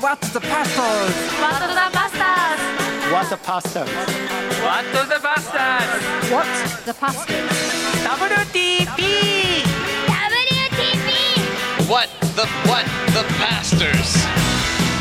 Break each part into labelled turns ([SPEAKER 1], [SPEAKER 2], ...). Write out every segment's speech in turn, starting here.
[SPEAKER 1] What's the pastors?
[SPEAKER 2] ワットダバスタ
[SPEAKER 1] What's the pastors?
[SPEAKER 3] What the Busters
[SPEAKER 2] ーズ What's the pastors?
[SPEAKER 3] WTP
[SPEAKER 2] WTP!
[SPEAKER 4] What the what the pastors?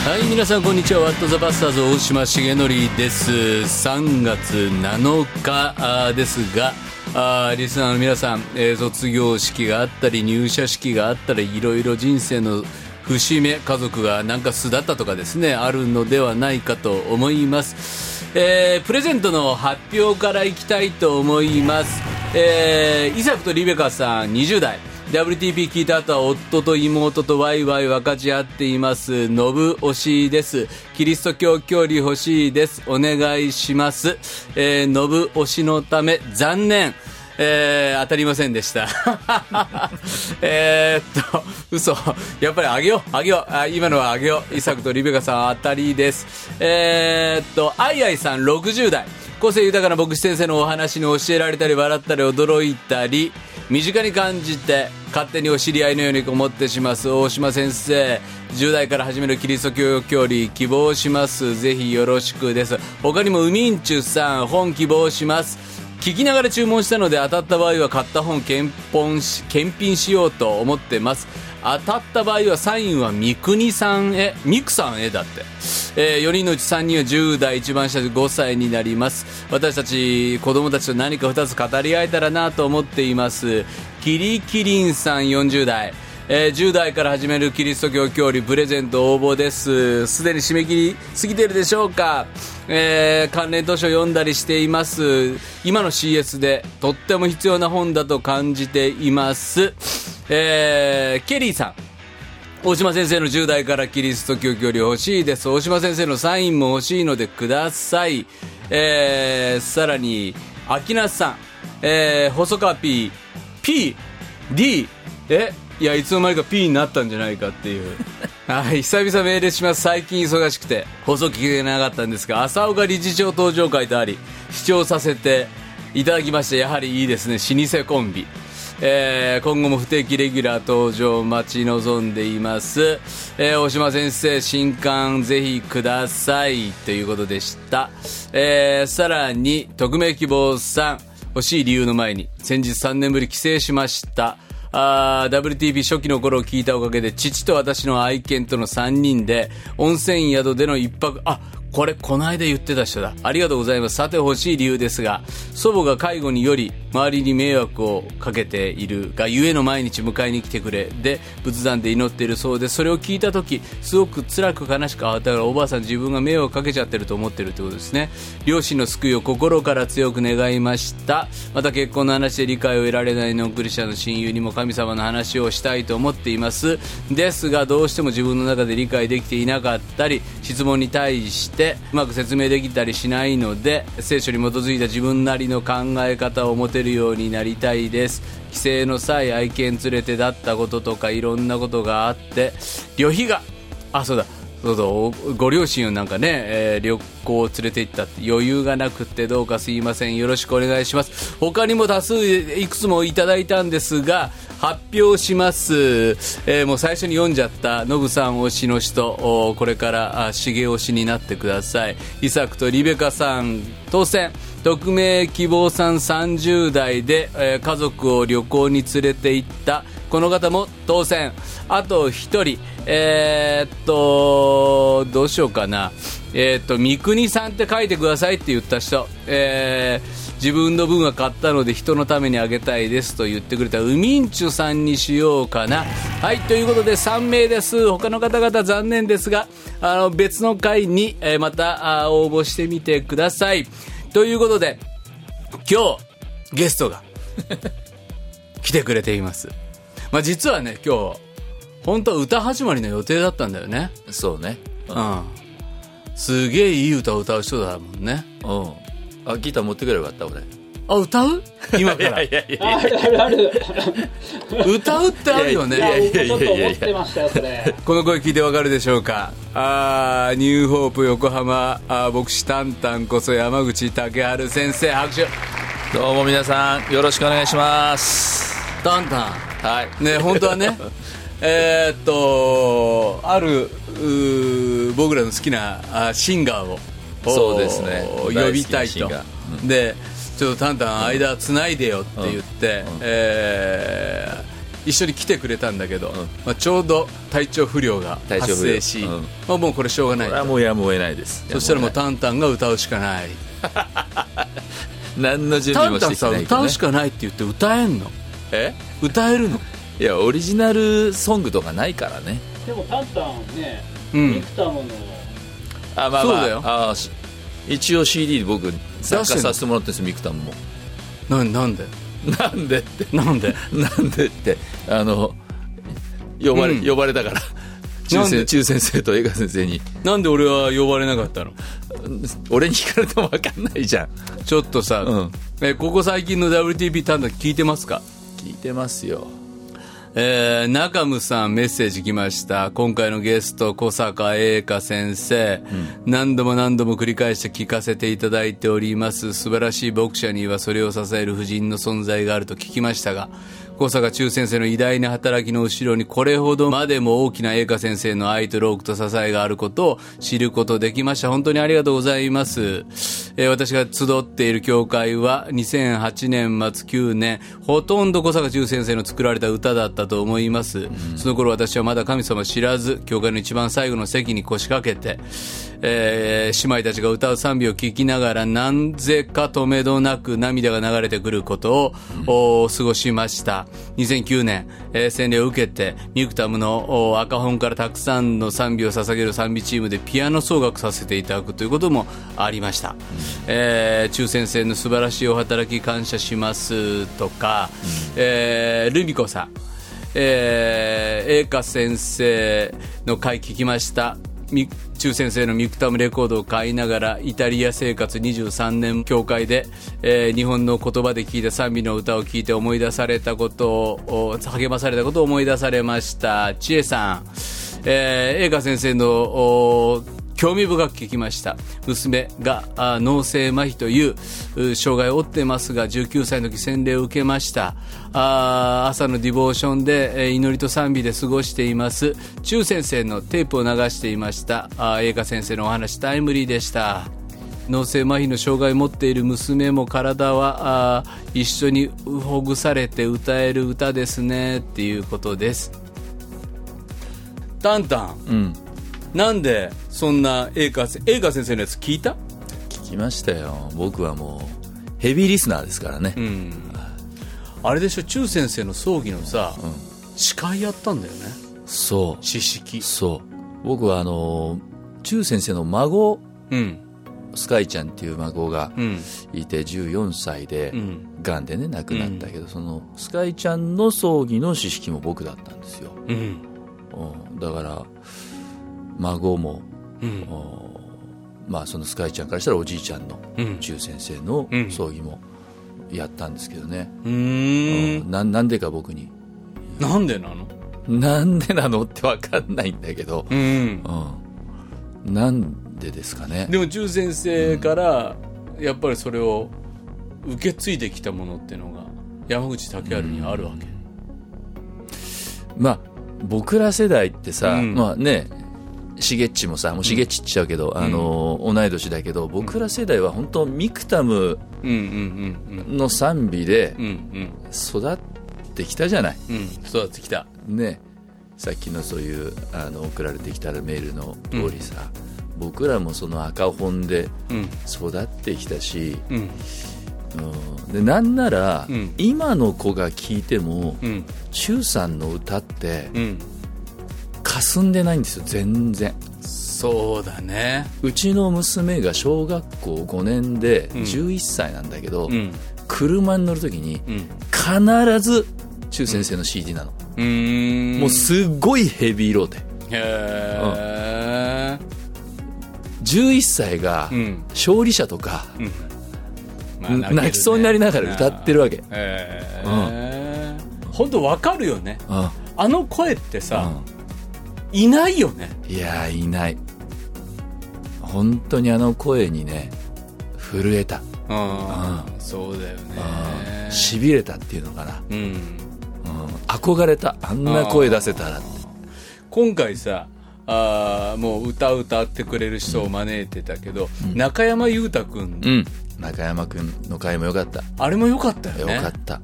[SPEAKER 5] はい皆さんこんにちは「ワット・ザ・バスターズ」大島重則です3月7日あーですがあーリスナーの皆さん、えー卒業式があったり入社式があったりいろいろ人生の節目家族がなんか巣立ったとかですねあるのではないかと思います、えープレゼントの発表からいきたいと思います、えーイサクとリベカさん20代 WTP 聞いた後は夫と妹とワイワイ分かち合っています。ノブ推しです。キリスト教教理欲しいです。お願いします。えー、ノブ推しのため残念。えー、当たりませんでした。 えーっと、嘘。やっぱりあげよう、あげよう。あ今のはあげよう。イサクとリベカさん当たりです。えーっと、アイアイさん60代。個性豊かな牧師先生のお話に教えられたり笑ったり驚いたり身近に感じて勝手にお知り合いのように思ってします大島先生10代から始めるキリスト教教理希望しますぜひよろしくです他にもウミンチュさん本希望します聞きながら注文したので当たった場合は買った本検本し検品しようと思ってます当たった場合はサインは三國さんへ三久さんへだって、え4人のうち3人は10代一番下で5歳になります私たち子供たちと何か2つ語り合えたらなと思っていますキリキリンさん40代えー10代から始めるキリスト教教理プレゼント応募ですすでに締め切り過ぎてるでしょうか、えー関連図書読んだりしています今の CS でとっても必要な本だと感じています、えーケリーさん大島先生の10代からキリスト教教理欲しいです大島先生のサインも欲しいのでください、えー、さらに秋那さん、えー、細川 PPD えいやいつの間にか P になったんじゃないかっていうはい久々メールします最近忙しくて放送聞けなかったんですが浅岡理事長登場会とあり視聴させていただきましてやはりいいですね老舗コンビえー今後も不定期レギュラー登場を待ち望んでいます、えー大島先生新刊ぜひくださいということでした、えーさらに匿名希望さん欲しい理由の前に先日3年ぶり帰省しましたあー WTP 初期の頃を聞いたおかげで父と私の愛犬との3人で温泉宿での一泊あこれこの間言ってた人だありがとうございますさて欲しい理由ですが祖母が介護により周りに迷惑をかけているがゆえの毎日迎えに来てくれで仏壇で祈っているそうでそれを聞いた時すごく辛く悲しくあだからおばあさん自分が迷惑かけちゃってると思ってるってことですね両親の救いを心から強く願いましたまた結婚の話で理解を得られないノンクリスチャンの親友にも神様の話をしたいと思っていますですがどうしても自分の中で理解できていなかったり質問に対してうまく説明できたりしないので聖書に基づいた自分なりの考え方を持てるようになりたいです帰省の際愛犬連れてだったこととかいろんなことがあって旅費があそうだそうだおご両親をなんかね、えー旅行を連れて行ったって余裕がなくってどうかすいませんよろしくお願いします他にも多数いくつもいただいたんですが発表します、えーもう最初に読んじゃったノブさん推しの人おこれからあ茂推しになってくださいイサクとリベカさん当選匿名希望さん30代で、えー家族を旅行に連れて行ったこの方も当選あと1人えーっとどうしようかなえーっと三國さんって書いてくださいって言った人えー自分の分は買ったので人のためにあげたいですと言ってくれたウミンチュさんにしようかなはいということで3名です他の方々残念ですがあの別の回に、えーまたあー応募してみてくださいということで今日ゲストが 来てくれていますまあ実はね今日本当は歌始まりの予定だったんだよね
[SPEAKER 4] そうね。
[SPEAKER 5] うんすげえいい歌を歌う人だもんね
[SPEAKER 4] うん。あ、ギター持ってくればよかった、俺。
[SPEAKER 5] あ歌う今から
[SPEAKER 4] やいやい
[SPEAKER 5] 歌うってあるよね
[SPEAKER 4] いやいやいやいや
[SPEAKER 6] ちょっと思ってましたよそれ
[SPEAKER 5] この声聞いてわかるでしょうかあーニューホープ横浜あー牧師タンタンこそ山口竹春先生拍手
[SPEAKER 4] どうも皆さん、よろしくお願いします。
[SPEAKER 5] タンタ
[SPEAKER 4] はい。
[SPEAKER 5] ンね本当はねえーっとあるうー僕らの好きなあシンガーを
[SPEAKER 4] そうですね
[SPEAKER 5] お呼びた
[SPEAKER 4] 大
[SPEAKER 5] いと
[SPEAKER 4] 好きなシンガー
[SPEAKER 5] でちょっとタンタン間つないでよって言って、えー一緒に来てくれたんだけど、まあ、ちょうど体調不良が
[SPEAKER 4] 体調不良
[SPEAKER 5] 発生し、
[SPEAKER 4] うん
[SPEAKER 5] まあ、もうこれしょうがな
[SPEAKER 4] こ
[SPEAKER 5] い
[SPEAKER 4] れはもうやむを得ないです
[SPEAKER 5] そしたらもう
[SPEAKER 4] やむを
[SPEAKER 5] タンタンが歌うしかない
[SPEAKER 4] 得ない何の準
[SPEAKER 5] タ
[SPEAKER 4] 備
[SPEAKER 5] ン
[SPEAKER 4] もし
[SPEAKER 5] タン
[SPEAKER 4] てきて
[SPEAKER 5] さ
[SPEAKER 4] ない
[SPEAKER 5] 歌うし
[SPEAKER 4] か
[SPEAKER 5] かないって言って歌えんの
[SPEAKER 4] え
[SPEAKER 5] 歌えるの
[SPEAKER 4] いやオリジナルソングとかないからね
[SPEAKER 6] でもタンタンね、
[SPEAKER 5] うん
[SPEAKER 6] ビクターもの
[SPEAKER 4] あまあまあ
[SPEAKER 5] そうだよ
[SPEAKER 4] あし一応 CD で僕参加させてもらってるんですミクタンも
[SPEAKER 5] ななんで
[SPEAKER 4] なんでって
[SPEAKER 5] なんで
[SPEAKER 4] なんでってあの呼ばれ、
[SPEAKER 5] うん
[SPEAKER 4] 呼ばれたから中
[SPEAKER 5] なんで
[SPEAKER 4] 先中先生と江川先生に
[SPEAKER 5] なんで俺は呼ばれなかったの
[SPEAKER 4] 俺に聞かれても分かんないじゃん
[SPEAKER 5] ちょっとさ、
[SPEAKER 4] うん
[SPEAKER 5] えここ最近の WTP 担当聞いてますか
[SPEAKER 4] 聞いてますよ
[SPEAKER 5] えー、中むさんメッセージ来ました。今回のゲスト、小坂栄華先生、何度も何度も繰り返して聞かせていただいております。素晴らしいボクシャーにはそれを支える夫人の存在があると聞きましたが、小坂中先生の偉大な働きの後ろにこれほどまでも大きな栄華先生の愛とロークと支えがあることを知ることできました。本当にありがとうございます。えー私が集っている教会は2008年末9年、ほとんど小坂中先生の作られた歌だったと思います。その頃私はまだ神様知らず、教会の一番最後の席に腰掛けて、えー姉妹たちが歌う賛美を聞きながら、なぜか止めどなく涙が流れてくることを、お過ごしました。2009年、えー洗礼を受けて、ミクタムのお赤本からたくさんの賛美を捧げる賛美チームでピアノ奏楽させていただくということもありました。えー、中先生の素晴らしいお働き感謝しますとか、えールミ子さん、えー、栄華先生の回聞きました。み中先生のミクタムレコードを買いながらイタリア生活23年教会で、えー日本の言葉で聞いた賛美の歌を聞いて思い出されたことをお励まされたことを思い出されました千恵さん、えー、栄華先生のお興味深く聞きました娘があ脳性麻痺というう障害を負ってますが19歳の時洗礼を受けましたあー朝のディボーションでえー祈りと賛美で過ごしています中先生のテープを流していましたあー栄華先生のお話タイムリーでした脳性麻痺の障害を持っている娘も体はあー一緒にほぐされて歌える歌ですねっていうことですタンタン
[SPEAKER 4] うん
[SPEAKER 5] なんでそんな栄華せ栄華先生のやつ聞いた
[SPEAKER 4] 聞きましたよ僕はもうヘビーリスナーですからね、
[SPEAKER 5] あれでしょ中先生の葬儀のさ、司会やったんだよね
[SPEAKER 4] そう
[SPEAKER 5] 知識
[SPEAKER 4] そう僕はあの中先生の孫
[SPEAKER 5] うん
[SPEAKER 4] スカイちゃんっていう孫が
[SPEAKER 5] うん
[SPEAKER 4] いて14歳で、
[SPEAKER 5] ん
[SPEAKER 4] がんでね亡くなったけど、そのスカイちゃんの葬儀の知識も僕だったんですよ、
[SPEAKER 5] うん
[SPEAKER 4] うん、だから孫も、
[SPEAKER 5] うん
[SPEAKER 4] まあ、そのスカイちゃんからしたらおじいちゃんの
[SPEAKER 5] うん
[SPEAKER 4] 中先生の
[SPEAKER 5] うん
[SPEAKER 4] 葬儀もやったんですけどね、
[SPEAKER 5] うー
[SPEAKER 4] うんん、ななんでか僕に
[SPEAKER 5] なんでなの
[SPEAKER 4] なんでなのって分かんないんだけど、
[SPEAKER 5] うん
[SPEAKER 4] うん、なんでですかね
[SPEAKER 5] でも中先生からやっぱりそれを受け継いできたものってのが山口武春にはあるわけ
[SPEAKER 4] まあ僕ら世代ってさ、
[SPEAKER 5] うん
[SPEAKER 4] まあねしげっちもさもうしげっちっちゃうけど、あの同い年だけど僕ら世代は本当ミクタム
[SPEAKER 5] うんうん
[SPEAKER 4] の賛美で
[SPEAKER 5] うんうんうん
[SPEAKER 4] 育ってきたじゃない、
[SPEAKER 5] うんうん育ってきた
[SPEAKER 4] ねさっきのそういうあの送られてきたメールの通りさ、僕らもその赤本で
[SPEAKER 5] うん
[SPEAKER 4] 育ってきたし、
[SPEAKER 5] うん
[SPEAKER 4] うん、でなんなら、
[SPEAKER 5] うん
[SPEAKER 4] 今の子が聞いても、
[SPEAKER 5] うん
[SPEAKER 4] 中さんの歌って
[SPEAKER 5] うん
[SPEAKER 4] 霞んでないんですよ全然
[SPEAKER 5] そうだね
[SPEAKER 4] うちの娘が小学校5年で
[SPEAKER 5] うん
[SPEAKER 4] 11歳なんだけど、
[SPEAKER 5] うん
[SPEAKER 4] 車に乗るときに
[SPEAKER 5] うん
[SPEAKER 4] 必ず中先生の CD なの、
[SPEAKER 5] うーん
[SPEAKER 4] もうすっごいヘビーローテ
[SPEAKER 5] へえ
[SPEAKER 4] 11歳が
[SPEAKER 5] うん
[SPEAKER 4] 勝利者とか、
[SPEAKER 5] まあ
[SPEAKER 4] 泣きそうになりながら歌ってるわけ、うん
[SPEAKER 5] へえ本当わかるよねあの声ってさ、いないよね
[SPEAKER 4] いやーいない本当にあの声にね震えた
[SPEAKER 5] うんそうだよね
[SPEAKER 4] しびれたっていうのかな、
[SPEAKER 5] うん
[SPEAKER 4] うん憧れたあんな声出せたらって
[SPEAKER 5] 今回さあーもう歌歌ってくれる人を招いてたけど、中山裕太君、
[SPEAKER 4] うん中山くんの回もよかった
[SPEAKER 5] あれも良かったよね
[SPEAKER 4] よかった、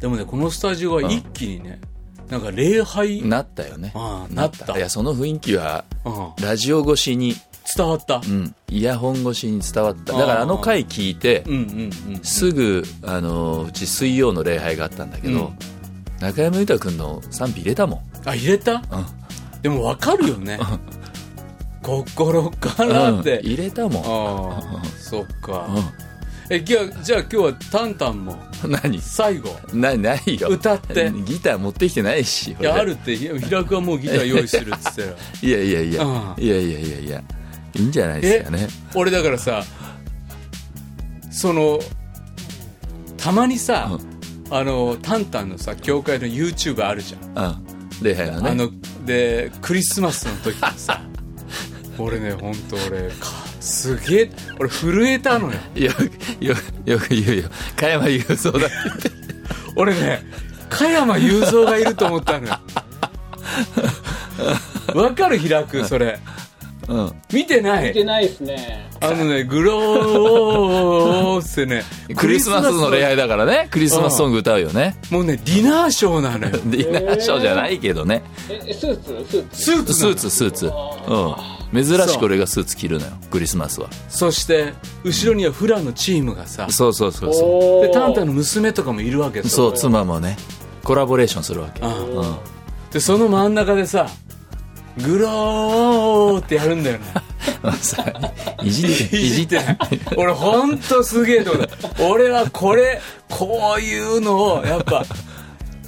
[SPEAKER 5] でもねこのスタジオは一気にね、なんか礼拝、うん、
[SPEAKER 4] なったよね
[SPEAKER 5] ああなった
[SPEAKER 4] いやその雰囲気は
[SPEAKER 5] 伝
[SPEAKER 4] ラジオ越しに、
[SPEAKER 5] わった、
[SPEAKER 4] うん、イヤホン越しに伝わっただからあの回聞いて
[SPEAKER 5] うん、うんうん
[SPEAKER 4] すぐあのうち水曜の礼拝があったんだけど、
[SPEAKER 5] うん
[SPEAKER 4] 中山裕太君の賛否入れたもん
[SPEAKER 5] あ入れた、でも分かるよね心からって、
[SPEAKER 4] うん入れたもん
[SPEAKER 5] ああそっか、えじゃあじゃあ今日はタンタンも
[SPEAKER 4] 何
[SPEAKER 5] 最後
[SPEAKER 4] なないよ
[SPEAKER 5] 歌って
[SPEAKER 4] ギター持ってきてないし
[SPEAKER 5] い
[SPEAKER 4] 俺
[SPEAKER 5] やあるってひ平くはもうギター用意してるっつって たら
[SPEAKER 4] いやいやいや、
[SPEAKER 5] うん
[SPEAKER 4] いやいやいやいやいいんじゃないですかね
[SPEAKER 5] 俺だからさそのたまにさ、あのタンタンのさ教会の YouTube あるじゃん、
[SPEAKER 4] うん礼拝のね
[SPEAKER 5] あのでクリスマスの時に さ俺ね本当俺かすげえ俺震えたのよ
[SPEAKER 4] よくよくよく言うよ加山雄三だ って
[SPEAKER 5] 俺ね加山雄三がいると思ったのよわかる開くそれ
[SPEAKER 4] うん、
[SPEAKER 5] 見てない
[SPEAKER 6] 見てないですね。
[SPEAKER 5] あのね、グローってね
[SPEAKER 4] クリスマスの恋
[SPEAKER 5] 愛。
[SPEAKER 4] 愛だからねクリスマスソング歌うよね、
[SPEAKER 5] もうね、ディナーショーなのよ。
[SPEAKER 4] ディナーショーじゃないけどね
[SPEAKER 6] え、えスーツスーツ
[SPEAKER 5] スーツ
[SPEAKER 4] ス
[SPEAKER 5] な
[SPEAKER 4] ー
[SPEAKER 5] の
[SPEAKER 4] ツスーツうん珍しく俺がスーツ着るのよクリスマスは
[SPEAKER 5] そして、後ろにはフラのチームがさ、
[SPEAKER 4] そうそうそうそ
[SPEAKER 6] おー
[SPEAKER 5] で、タンタンの娘とかもいるわけ
[SPEAKER 4] う
[SPEAKER 5] さ。
[SPEAKER 4] そう妻もねコラボレーションするわけ
[SPEAKER 5] うんで、その真ん中でさ、グローってやるんだよね。
[SPEAKER 4] さ いじってい
[SPEAKER 5] い
[SPEAKER 4] じ
[SPEAKER 5] じ
[SPEAKER 4] っ
[SPEAKER 5] っててない。俺ほんとすげえと思った。俺はこれ、こういうのを、やっぱ、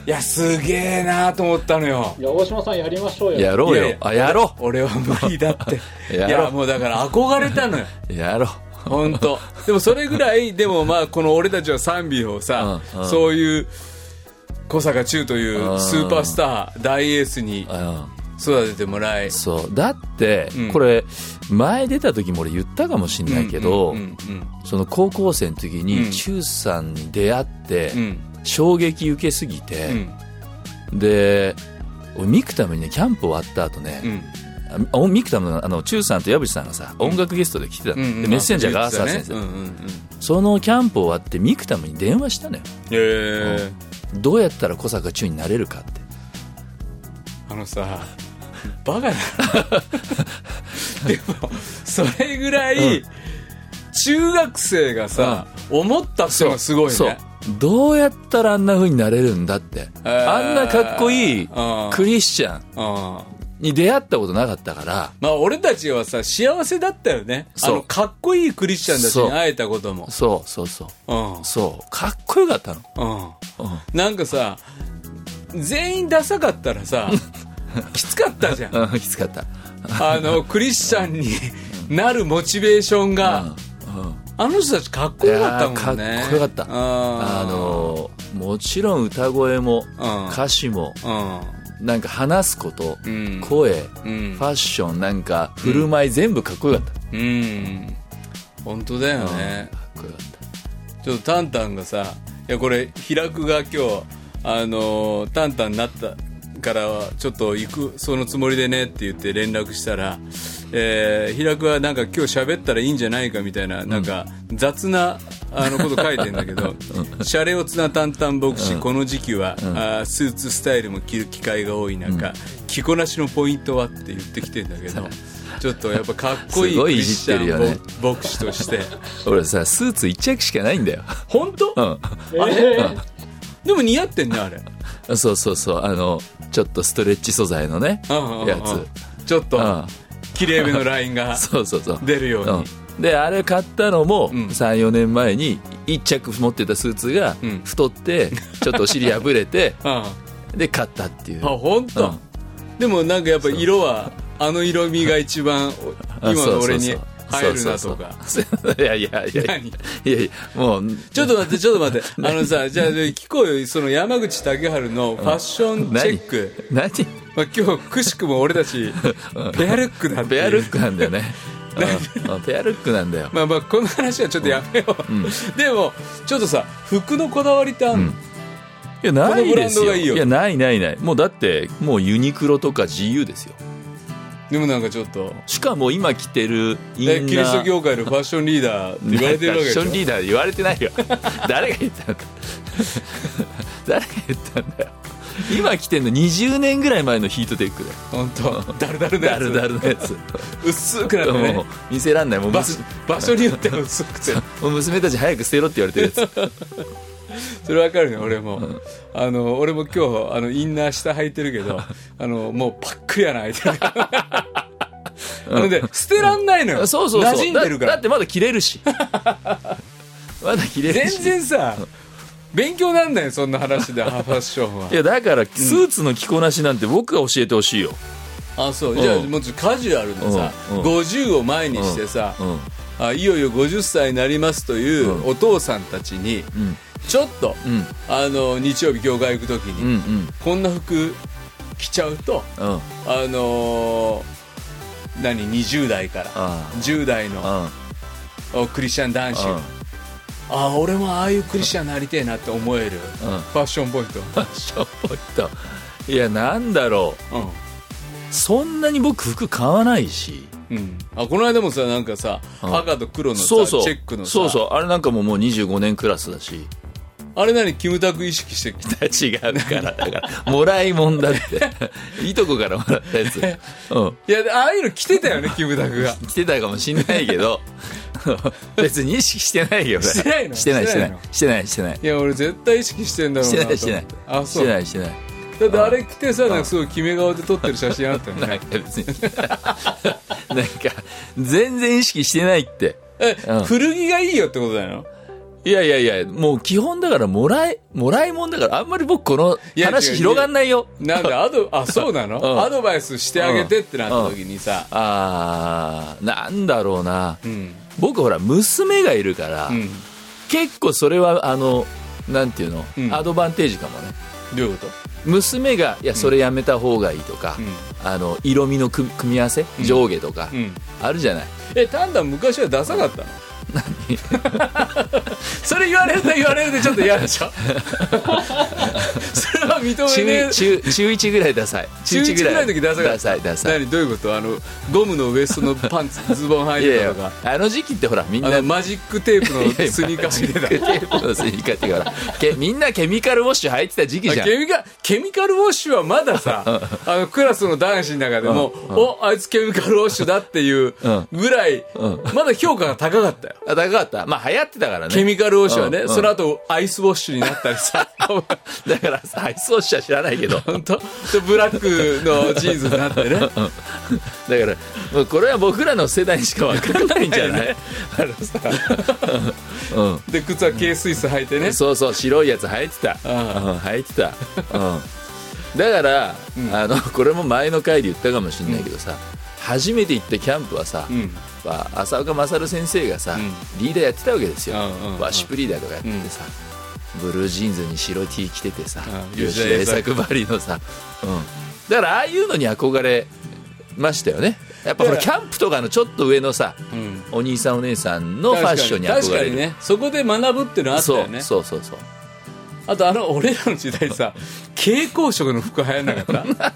[SPEAKER 5] いや、すげえなと思ったのよ。
[SPEAKER 6] いや、大島さんやりましょうよ。
[SPEAKER 4] やろうよ
[SPEAKER 5] いやいや
[SPEAKER 4] あやろ
[SPEAKER 5] 俺は無理だって。い
[SPEAKER 4] や
[SPEAKER 5] や、
[SPEAKER 4] ろう
[SPEAKER 5] もうだから憧れたのよ。
[SPEAKER 4] うやろう
[SPEAKER 5] 本当。でもそれぐらい、でもまあ、この俺たちは賛美をさ、
[SPEAKER 4] うんうん
[SPEAKER 5] そういう、小坂中とい
[SPEAKER 4] うん
[SPEAKER 5] うスーパースター、大エースに
[SPEAKER 4] うん
[SPEAKER 5] 育ててもらい。
[SPEAKER 4] そうだって、
[SPEAKER 5] うん
[SPEAKER 4] これ前出た時も俺言ったかもしんないけど、
[SPEAKER 5] うんうんうん
[SPEAKER 4] その高校生の時
[SPEAKER 5] う
[SPEAKER 4] に
[SPEAKER 5] ん
[SPEAKER 4] 中さんに出会って、
[SPEAKER 5] うん。
[SPEAKER 4] 衝撃受けすぎ
[SPEAKER 5] う
[SPEAKER 4] て、
[SPEAKER 5] ん。
[SPEAKER 4] で俺ミクタムにねキャンプ終わった後ね、
[SPEAKER 5] うん。
[SPEAKER 4] あミクタムのあの中さんと矢渕さんがさ音楽ゲストで来てたの、
[SPEAKER 5] うん。
[SPEAKER 4] でメッセンジャーが
[SPEAKER 5] あ
[SPEAKER 4] 朝先生、
[SPEAKER 5] うんうんうん。
[SPEAKER 4] そのキャンプ終わってミクタムに電話したのよ
[SPEAKER 5] えー
[SPEAKER 4] どうやったら小坂中になれるかって
[SPEAKER 5] あのさ、バカだなでも、それぐらい、中学生がさ、思ったってのはすごいね。
[SPEAKER 4] そうどうやったらあんな風になれるんだって、
[SPEAKER 5] えー
[SPEAKER 4] あんなかっこいい
[SPEAKER 5] うん
[SPEAKER 4] クリスチャン
[SPEAKER 5] うん
[SPEAKER 4] に出会ったことなかったから
[SPEAKER 5] まあ俺たちはさ、幸せだったよね。あ
[SPEAKER 4] そう
[SPEAKER 5] の、かっこいいクリスチャンたち
[SPEAKER 4] そう
[SPEAKER 5] に会えたことも。
[SPEAKER 4] そうそうそう
[SPEAKER 5] うん。うん。
[SPEAKER 4] そうかっこよかったの
[SPEAKER 5] なんかさ、全員ダサかった らさ、きつかったじゃん。
[SPEAKER 4] うんきつかった
[SPEAKER 5] あの、クリスチャンになるモチベーションが、あの人たちかっこよかったもん
[SPEAKER 4] い
[SPEAKER 5] ね
[SPEAKER 4] やー。かっこよかった
[SPEAKER 5] あ
[SPEAKER 4] あのもちろん歌声も
[SPEAKER 5] うん
[SPEAKER 4] 歌詞も
[SPEAKER 5] の
[SPEAKER 4] なんか話すこと、
[SPEAKER 5] うん
[SPEAKER 4] 声、
[SPEAKER 5] うん
[SPEAKER 4] ファッションなんか振る舞い全部かっこよかっ
[SPEAKER 5] うん。うん。本当だよ
[SPEAKER 4] た、
[SPEAKER 5] ね。
[SPEAKER 4] かっこよかっ
[SPEAKER 5] ちょっとタンタンがさいやこれ平くが今日あのータンタンになったからはちょっと行くそのつもりでねって言って連絡したら、えー、平くはなんか今日喋ったらいいんじゃないかみたいな、なんか雑なあのこと書いてんだけど、シャレオツなタンタン牧師、この時期は、あースーツスタイルも着る機会が多い中、着こなしのポイントはって言ってきてんだけどちょっとやっぱかっこい
[SPEAKER 4] す
[SPEAKER 5] い
[SPEAKER 4] ご
[SPEAKER 5] ク
[SPEAKER 4] いい
[SPEAKER 5] リ
[SPEAKER 4] じっ
[SPEAKER 5] ス
[SPEAKER 4] て
[SPEAKER 5] チ
[SPEAKER 4] る
[SPEAKER 5] ャ
[SPEAKER 4] よ
[SPEAKER 5] ン、
[SPEAKER 4] ね
[SPEAKER 5] 牧師として
[SPEAKER 4] た俺さスーツ一着しかないんだよ
[SPEAKER 5] 本当
[SPEAKER 4] う
[SPEAKER 6] えー
[SPEAKER 5] でも似合ってんねあれ
[SPEAKER 4] んそうそうそうあのちょっとストレッチ素材のね
[SPEAKER 5] うんうんうん
[SPEAKER 4] やつ
[SPEAKER 5] ちょっ
[SPEAKER 4] う
[SPEAKER 5] と
[SPEAKER 4] ん
[SPEAKER 5] 綺麗めのライン が
[SPEAKER 4] そうそうそう
[SPEAKER 5] 出るように
[SPEAKER 4] んであれ買ったのも
[SPEAKER 5] ん
[SPEAKER 4] 34年前に一着持ってたスーツが
[SPEAKER 5] ん
[SPEAKER 4] 太ってちょっとお尻破れ て
[SPEAKER 5] うんあ
[SPEAKER 4] で買ったっていう
[SPEAKER 5] 本当でもなんかやっぱ色はあの色味が一番
[SPEAKER 4] あ
[SPEAKER 5] 今の俺
[SPEAKER 4] そ
[SPEAKER 5] に
[SPEAKER 4] うそうそう
[SPEAKER 5] 入るな
[SPEAKER 4] そ
[SPEAKER 5] と
[SPEAKER 4] う
[SPEAKER 5] か
[SPEAKER 4] そうそう いやいやいやいや
[SPEAKER 5] 何
[SPEAKER 4] いやいやもう
[SPEAKER 5] ちょっと待ってちょっ と待ってあのさじゃあ聞こうよその山口武春のファッションチェック
[SPEAKER 4] 何
[SPEAKER 5] まあ今日くしくも俺たちペアルックだって
[SPEAKER 4] ペ
[SPEAKER 5] いう
[SPEAKER 4] アルックなんだよ ねうんうんペアルックなんだよ
[SPEAKER 5] まあまあ この話はちょっとやめようでもちょっとさ服のこだわりってあんの
[SPEAKER 4] いやな
[SPEAKER 5] この
[SPEAKER 4] い
[SPEAKER 5] ブラ
[SPEAKER 4] で
[SPEAKER 5] ン
[SPEAKER 4] す
[SPEAKER 5] ド
[SPEAKER 4] よ
[SPEAKER 5] がいいよ
[SPEAKER 4] やないないないもうだってもうユニクロとか GU ですよ
[SPEAKER 5] でもなんかちょっと
[SPEAKER 4] しかも今着てるインナ
[SPEAKER 5] え
[SPEAKER 4] ー
[SPEAKER 5] キリスト教会のファッションリーダーって言われてるわけでし
[SPEAKER 4] フ
[SPEAKER 5] ょ
[SPEAKER 4] ァッションリーダー言われてないよ 誰が言ったのか 誰が言ったんだよ今着てんの20年ぐらい前のヒートテックだよ
[SPEAKER 5] 本当だるだるのや
[SPEAKER 4] ダ
[SPEAKER 5] つ
[SPEAKER 4] ルダルのやつ
[SPEAKER 5] 薄くなってね
[SPEAKER 4] もう見せらんないもう
[SPEAKER 5] 場
[SPEAKER 4] むす
[SPEAKER 5] 所場所によっては薄くて
[SPEAKER 4] もう娘たち早く捨てろって言われてるやつ
[SPEAKER 5] それわかるね俺も、あの俺も今日あのインナー下履いてるけどあのもうパックリ穴開いてるからなので捨てらんないのよ、
[SPEAKER 4] そうそうそう
[SPEAKER 5] 馴染んでる
[SPEAKER 4] だ
[SPEAKER 5] か
[SPEAKER 4] だ
[SPEAKER 5] ら
[SPEAKER 4] ってまだ着れる しまだ着れるし
[SPEAKER 5] 全然さ勉強なんだよそんな話でファッションはい
[SPEAKER 4] やだからスーツの着こなしなんて僕が教えてほしいよ、
[SPEAKER 5] あそう
[SPEAKER 4] うん
[SPEAKER 5] じゃあもうちょっとカジュアルでさ、
[SPEAKER 4] うんうん
[SPEAKER 5] 50を前にしてさ、
[SPEAKER 4] うん、
[SPEAKER 5] あいよいよ50歳になりますといううお父さんたちに、
[SPEAKER 4] ん
[SPEAKER 5] ちょっと、
[SPEAKER 4] ん
[SPEAKER 5] あの日曜日教会行く時に、
[SPEAKER 4] うんうん
[SPEAKER 5] こんな服着ちゃうと
[SPEAKER 4] うんうん
[SPEAKER 5] あのー何20代から
[SPEAKER 4] ああ
[SPEAKER 5] 10代のおクリスチャン男子
[SPEAKER 4] うん
[SPEAKER 5] ああ俺もああいうクリスチャンになりてえなって思えるフ
[SPEAKER 4] うん
[SPEAKER 5] ァッションポイント、
[SPEAKER 4] ファッションポイントいやなんだろうそんなに僕服買わないし
[SPEAKER 5] うんうん、あこの間もさなんかさ、
[SPEAKER 4] ん
[SPEAKER 5] 赤と黒のさ
[SPEAKER 4] そうそう
[SPEAKER 5] チェックのさ
[SPEAKER 4] そうそうあれなんかもうもう25年クラスだ し
[SPEAKER 5] あれ何キムタク意識してきた
[SPEAKER 4] 違うからだからもらいもんだって いとこからもらったやつうん
[SPEAKER 5] いやああいうの着てたよねキムタクが
[SPEAKER 4] 来てたかもしんないけ ど別に意識 してないよ俺
[SPEAKER 5] してないの
[SPEAKER 4] してないしてない
[SPEAKER 5] し
[SPEAKER 4] してないしてない
[SPEAKER 5] いや俺絶対意識してんだろう
[SPEAKER 4] し
[SPEAKER 5] な
[SPEAKER 4] て
[SPEAKER 5] と
[SPEAKER 4] な
[SPEAKER 5] 思って
[SPEAKER 4] いしてない
[SPEAKER 5] あ
[SPEAKER 4] し
[SPEAKER 5] そう
[SPEAKER 4] てないしてない
[SPEAKER 5] だってあれ着てさなんかすごい決め顔で撮ってる写真あったよ
[SPEAKER 4] なん
[SPEAKER 5] ね
[SPEAKER 4] か別に なんか全然意識してないって
[SPEAKER 5] え、
[SPEAKER 4] うん
[SPEAKER 5] 古着がいいよってことだよ
[SPEAKER 4] いやいやいやもう基本だからもらいもらいもんだからあんまり僕この
[SPEAKER 5] いや違う
[SPEAKER 4] 話広がんないよ
[SPEAKER 5] なんでア ドあそうなの、
[SPEAKER 4] うん
[SPEAKER 5] アドバイスしてあげてってなった時にさ、
[SPEAKER 4] あーなんだろうな
[SPEAKER 5] うん
[SPEAKER 4] 僕ほら娘がいるから、
[SPEAKER 5] うん、
[SPEAKER 4] 結構それはあのなんていうの、
[SPEAKER 5] うん
[SPEAKER 4] アドバンテージかもね
[SPEAKER 5] どういうこと
[SPEAKER 4] 娘がいやそれやめた方がいいとか、
[SPEAKER 5] う
[SPEAKER 4] あの色味の組組み合わせ、
[SPEAKER 5] ん
[SPEAKER 4] 上下とか、
[SPEAKER 5] うん
[SPEAKER 4] あるじゃない
[SPEAKER 5] えタンダン昔はダサかったの 何それ言われると言われるでちょっと嫌でし ょそれは認
[SPEAKER 4] 中
[SPEAKER 5] めねえ
[SPEAKER 4] 中中1ぐらいダサい
[SPEAKER 5] 中1ぐらいの時ダサかった
[SPEAKER 4] ダサいダサい
[SPEAKER 5] 何どういうことあのゴムのウエストのパンツズボ
[SPEAKER 4] い
[SPEAKER 5] ン履い
[SPEAKER 4] やい
[SPEAKER 5] てた
[SPEAKER 4] や
[SPEAKER 5] とか
[SPEAKER 4] あの時期ってほらみん
[SPEAKER 5] あ
[SPEAKER 4] な
[SPEAKER 5] のマジックテープのスニーカー
[SPEAKER 4] テ
[SPEAKER 5] 履いてた
[SPEAKER 4] ープのスニーカーってほらけみんなケミカルウォッシュ入ってた時期じゃん
[SPEAKER 5] ケミカケミカルウォッシュはまださあのクラスの男子の中でも、おあいつケミカルウォッシュだっていうぐらい、まだ評価が高かったよ
[SPEAKER 4] あ高かったまあ流行ってたからね
[SPEAKER 5] ケミカルウォッシュはね、
[SPEAKER 4] うんうん
[SPEAKER 5] その後アイスウォッシュになったりさ
[SPEAKER 4] だからさアイスウォッシュは知らないけどだか
[SPEAKER 5] 本当でブラックのジーンズになってね
[SPEAKER 4] らもうこれは僕らの世代にしか分からないんじゃないあのさ
[SPEAKER 5] で靴はケースイス履いてね、
[SPEAKER 4] そうそう白いやつ履いてた
[SPEAKER 5] あ
[SPEAKER 4] うん履いて た、うん、だから、あの これも前の回で言ったかもしれないけどさ、初めて行ったキャンプはさ、
[SPEAKER 5] うん
[SPEAKER 4] やっぱ浅岡勝先生がさ、
[SPEAKER 5] ん
[SPEAKER 4] リーダーやってたわけですよ、
[SPEAKER 5] うんうんうん
[SPEAKER 4] ワーシップリーダーとかやっててさ、ブルージーンズに白 T 着ててさ、
[SPEAKER 5] うん
[SPEAKER 4] 吉田栄作ばりのさ、うん、だからああいうのに憧れましたよねやっぱほら
[SPEAKER 5] だ
[SPEAKER 4] キャンプとかのちょっと上のさ、
[SPEAKER 5] うん
[SPEAKER 4] お兄さんお姉さんのファッションに
[SPEAKER 5] 確
[SPEAKER 4] 憧
[SPEAKER 5] か
[SPEAKER 4] れる、
[SPEAKER 5] にねそこで学ぶってのあった
[SPEAKER 4] そ
[SPEAKER 5] よ
[SPEAKER 4] う
[SPEAKER 5] ね
[SPEAKER 4] そうそうそう
[SPEAKER 5] あとあの俺らの時代さ蛍光色の服流行んなかった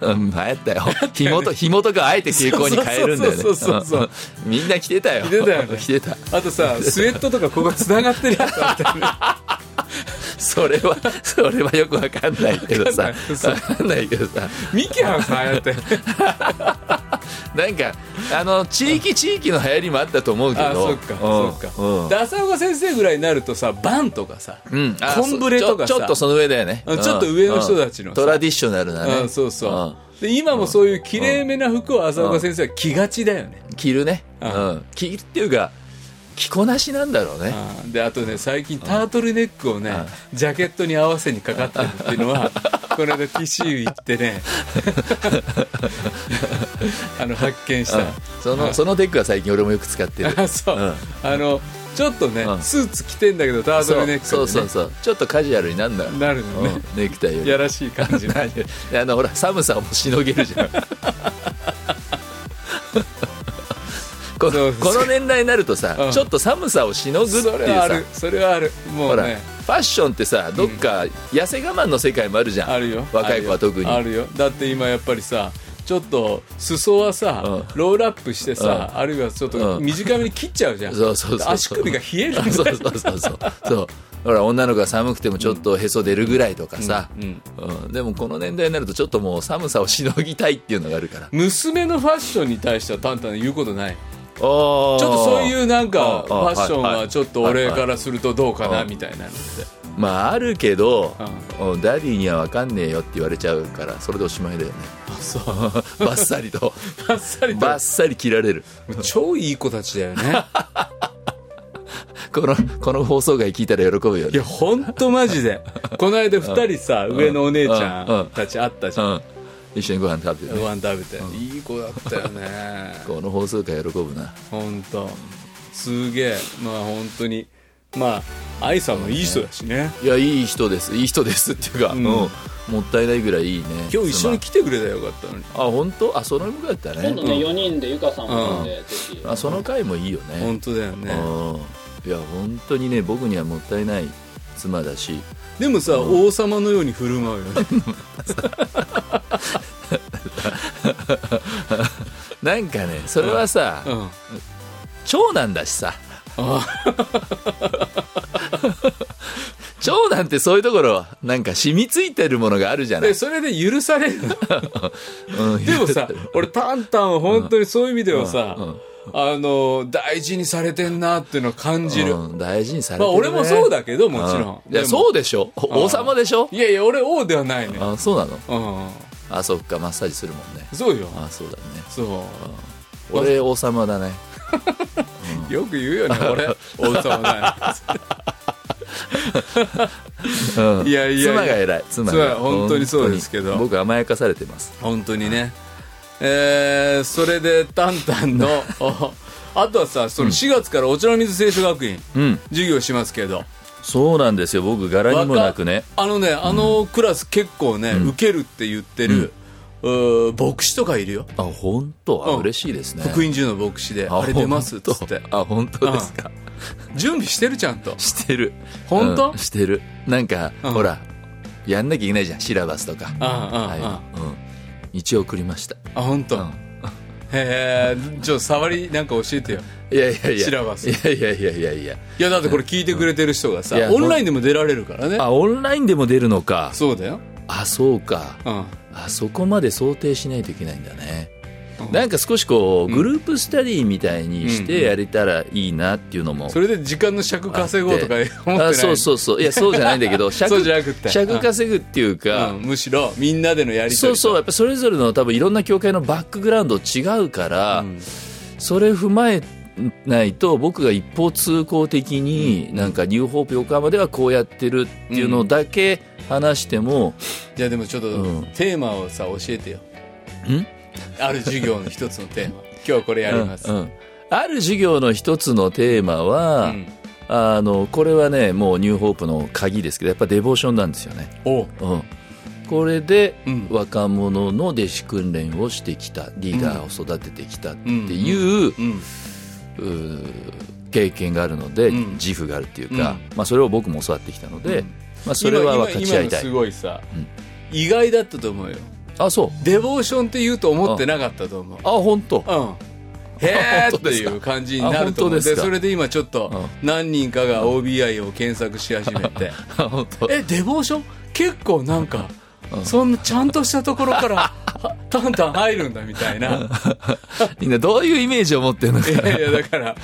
[SPEAKER 4] うん、流行ったよ。紐と、紐とかあえて傾向に変えるんだよね。
[SPEAKER 5] そうそうそうそうそう
[SPEAKER 4] うんみんな着てたよ。
[SPEAKER 5] 着てたよね
[SPEAKER 4] 着てた。
[SPEAKER 5] あとさスウェットとかここ繋がってるやつあった よね
[SPEAKER 4] それは、それはよくわかんないけどさ。
[SPEAKER 5] わかんないそう
[SPEAKER 4] わかんないけどさ。
[SPEAKER 5] ミキハンさ んやって
[SPEAKER 4] なんか、あの、地域地域の流行りもあったと思うけど。
[SPEAKER 5] あそっかそっか、
[SPEAKER 4] うん
[SPEAKER 5] で浅岡先生ぐらいになるとさバンとかさ、
[SPEAKER 4] うん。あ
[SPEAKER 5] コンブレとかさ
[SPEAKER 4] ちょちょっとその上だよね。
[SPEAKER 5] うん
[SPEAKER 4] うん
[SPEAKER 5] ちょっと上の人たちの
[SPEAKER 4] うん
[SPEAKER 5] さ
[SPEAKER 4] トラディショナルな
[SPEAKER 5] う
[SPEAKER 4] ね。
[SPEAKER 5] ん、そうそう、で今もそういうきれいめな服を浅岡先生は着がちだよね、
[SPEAKER 4] うん。着るね。う
[SPEAKER 5] うん
[SPEAKER 4] ん。着るっていうか、着こなしなんだろうね。
[SPEAKER 5] うんであとね最近タートルネックをね、ジャケットに合わせにかかってるっていうの は、この間 TCU 行ってねあの発見した、
[SPEAKER 4] その、そのテックは最近俺もよく使って る。
[SPEAKER 5] あそう、
[SPEAKER 4] うん
[SPEAKER 5] あのちょっとね、
[SPEAKER 4] うん
[SPEAKER 5] スーツ着てんだけどタートルネック、ね、
[SPEAKER 4] そうそうそうそうちょっとカジュアルになんだよ
[SPEAKER 5] なるのね
[SPEAKER 4] うんネクタイより
[SPEAKER 5] やらしい感じ の
[SPEAKER 4] 何あのほら寒さをもしのげるじ ゃんこ
[SPEAKER 5] そう
[SPEAKER 4] この年代になるとさ、
[SPEAKER 5] うん
[SPEAKER 4] ちょっと寒さをしのぐって
[SPEAKER 5] そ
[SPEAKER 4] いう
[SPEAKER 5] れはあ
[SPEAKER 4] さ
[SPEAKER 5] るそれはあるも
[SPEAKER 4] ほ
[SPEAKER 5] う
[SPEAKER 4] ら
[SPEAKER 5] ね
[SPEAKER 4] ファッションってさどっか痩せ我慢の世界もあるじゃん、
[SPEAKER 5] あるよ
[SPEAKER 4] 若い子は特に
[SPEAKER 5] あるよだって今やっぱりさちょっと裾はさ、
[SPEAKER 4] う
[SPEAKER 5] ロールアップしてさ、あるいはちょっと
[SPEAKER 4] うん
[SPEAKER 5] 短めに切っちゃうじゃん、
[SPEAKER 4] そうそうそうそう
[SPEAKER 5] 足首が冷えるんだ よ
[SPEAKER 4] そうそうそうそうそうほら女の子が寒くてもちょっとへそ出るぐらいとかさ、
[SPEAKER 5] うん
[SPEAKER 4] うんでもこの年代になるとちょっともう寒さをしのぎたいっていうのがあるから
[SPEAKER 5] 娘のファッションに対してはタンタン言うことない
[SPEAKER 4] ちょ
[SPEAKER 5] ちょっとそういうな
[SPEAKER 4] あ
[SPEAKER 5] んか
[SPEAKER 4] ー
[SPEAKER 5] ファッション
[SPEAKER 4] はいは
[SPEAKER 5] はいちょっと俺からするとどうか
[SPEAKER 4] はい
[SPEAKER 5] な
[SPEAKER 4] はい
[SPEAKER 5] みたい なのって
[SPEAKER 4] まああるけど、うんダディには分かんねえよって言われちゃうからそれでおしまいだよね
[SPEAKER 5] そう
[SPEAKER 4] バッサリと
[SPEAKER 5] バッサリと
[SPEAKER 4] バッサリ切られる
[SPEAKER 5] 超いい子たちだよね
[SPEAKER 4] このこの放送回聞いたら喜ぶよ
[SPEAKER 5] い
[SPEAKER 4] ね
[SPEAKER 5] やほんとマジでこの間2人さ上のお姉ちゃんたち会ったじ
[SPEAKER 4] う
[SPEAKER 5] ゃん
[SPEAKER 4] ん一緒にご飯食べてね
[SPEAKER 5] ご飯食べていい子だったよね
[SPEAKER 4] この放送回喜ぶな
[SPEAKER 5] ほんとすげえまあ本当にまあ愛さんもいい人だしね
[SPEAKER 4] いやいい人ですいい人ですっていうか、
[SPEAKER 5] う
[SPEAKER 4] うんんもったいないぐらいいいね
[SPEAKER 5] 今日一緒
[SPEAKER 4] 妻
[SPEAKER 5] に来てくれたらよかったのに
[SPEAKER 4] あ本当あその向だった
[SPEAKER 6] 今度
[SPEAKER 4] ね
[SPEAKER 6] ね、4人でゆかさんもんで、ぜひ。
[SPEAKER 4] あその回もいいよね
[SPEAKER 5] 本当だよね
[SPEAKER 4] うんいや本当にね僕にはもったいない妻だし
[SPEAKER 5] でもさ王様のように振る舞うよね
[SPEAKER 4] なんかねそれはさ、
[SPEAKER 5] うん
[SPEAKER 4] 長男だしさ長男ってそういうところなんか染みついてるものがあるじゃない
[SPEAKER 5] で、それで許されるの
[SPEAKER 4] うん
[SPEAKER 5] でもさ俺タンタンは本当にそういう意味ではさ、
[SPEAKER 4] うんうん
[SPEAKER 5] あの大事にされてんなっていうのを感じる、
[SPEAKER 4] うん大事にされて
[SPEAKER 5] まあ
[SPEAKER 4] る、ね
[SPEAKER 5] 俺もそうだけどもちろん、
[SPEAKER 4] うんいや
[SPEAKER 5] でも
[SPEAKER 4] そうでしょ王様でしょ
[SPEAKER 5] いやいや俺王ではないね
[SPEAKER 4] あそうなの
[SPEAKER 5] うん
[SPEAKER 4] あそっかマッサージするもんね
[SPEAKER 5] そうよ
[SPEAKER 4] あそうだね
[SPEAKER 5] そ
[SPEAKER 4] 俺王様だね
[SPEAKER 5] うよく言う よね俺王様だ
[SPEAKER 4] うん
[SPEAKER 5] いやいや
[SPEAKER 4] 妻が偉い妻が偉い
[SPEAKER 5] 妻本当にそうですけど
[SPEAKER 4] 本当に僕甘やかされてます
[SPEAKER 5] 本当にねえー、それでタン タンのおあとはさその4月からお茶の水聖書学院、
[SPEAKER 4] うん
[SPEAKER 5] 授業しますけど
[SPEAKER 4] そうなんですよ僕柄にもなくね
[SPEAKER 5] あのねあのクラス結構ね、受けるって言ってる、うー牧師とかいるよ
[SPEAKER 4] あ本当あ、
[SPEAKER 5] うん
[SPEAKER 4] 嬉しいですね
[SPEAKER 5] 福音中の牧師であれ出ますっつって
[SPEAKER 4] 本当あ本当ですか、
[SPEAKER 5] 準備してるちゃ んと
[SPEAKER 4] してる
[SPEAKER 5] 本当
[SPEAKER 4] うんしてるなんか、
[SPEAKER 5] うん
[SPEAKER 4] ほらやんなきゃいけないじゃんシラバスとか
[SPEAKER 5] ああああ
[SPEAKER 4] はい
[SPEAKER 5] あ
[SPEAKER 4] うん、一応送りました
[SPEAKER 5] あ本当、
[SPEAKER 4] うん
[SPEAKER 5] へえちょっと触りなんか教えてよ
[SPEAKER 4] いやいやいや
[SPEAKER 5] シラバス
[SPEAKER 4] いやいやいやいやいや
[SPEAKER 5] いやだってこれ聞いてくれてる人がさ
[SPEAKER 4] いや
[SPEAKER 5] オンラインでも出られるからね
[SPEAKER 4] あオンラインでも出るのか
[SPEAKER 5] そうだよ
[SPEAKER 4] あそうか
[SPEAKER 5] うん
[SPEAKER 4] あそこまで想定しないといけないんだね
[SPEAKER 5] うん
[SPEAKER 4] なんか少しこうグループスタディみたいにし
[SPEAKER 5] うんう
[SPEAKER 4] て
[SPEAKER 5] ん
[SPEAKER 4] やれたらいいなっていうのも
[SPEAKER 5] それで時間の尺稼ごうとか
[SPEAKER 4] あ
[SPEAKER 5] 思
[SPEAKER 4] っ
[SPEAKER 5] って
[SPEAKER 4] て
[SPEAKER 5] ない
[SPEAKER 4] あそうそうそういやそうじゃないんだけど
[SPEAKER 5] そうじゃなくて
[SPEAKER 4] 尺稼ぐっていうか、
[SPEAKER 5] うんむしろみんなでのやり取り
[SPEAKER 4] そうそうやっぱそれぞれの多分いろんな教会のバックグラウンド違うから、それ踏まえないと僕が一方通行的に、なんかニューホープ横浜ではこうやってるっていうのだけ話しても、
[SPEAKER 5] じゃあでもちょっと
[SPEAKER 4] うん
[SPEAKER 5] テーマをさ教えてよ
[SPEAKER 4] ん
[SPEAKER 5] ある授業の一つのテー マ今日はこれやります、
[SPEAKER 4] うんうんある授業の一つのテーマは、
[SPEAKER 5] うん
[SPEAKER 4] あのこれはねもうニューホープの鍵ですけどやっぱデボーションなんですよね、
[SPEAKER 5] おう
[SPEAKER 4] うん、これで
[SPEAKER 5] うん
[SPEAKER 4] 若者の弟子訓練をしてきたリーダーを育ててきたっていう、
[SPEAKER 5] うん
[SPEAKER 4] うー経験があるので、
[SPEAKER 5] うん
[SPEAKER 4] 自負があるっていうか、まあ、それを僕も教わってきたので、
[SPEAKER 5] うん
[SPEAKER 4] まあ、それは
[SPEAKER 5] 今
[SPEAKER 4] 分かち合いた
[SPEAKER 5] 今今のす
[SPEAKER 4] い
[SPEAKER 5] ごいさ、
[SPEAKER 4] うん
[SPEAKER 5] 意外だったと思うよ
[SPEAKER 4] あそう
[SPEAKER 5] デボーションって言うと思ってなかったと思う
[SPEAKER 4] あ本当
[SPEAKER 5] うんへ
[SPEAKER 4] 本
[SPEAKER 5] ーっ
[SPEAKER 4] 当
[SPEAKER 5] て
[SPEAKER 4] です
[SPEAKER 5] い
[SPEAKER 4] か
[SPEAKER 5] う感じになると
[SPEAKER 4] あ本当
[SPEAKER 5] 思う
[SPEAKER 4] です
[SPEAKER 5] で
[SPEAKER 4] か
[SPEAKER 5] それで今ちょっと何人かが OBI を検索し始めて
[SPEAKER 4] あ本当
[SPEAKER 5] えデボーション結構なんかそんなちゃんとしたところからはタンタン入るんだみたいな
[SPEAKER 4] みんなどういうイメージを持ってるのか
[SPEAKER 5] いやいやだからなん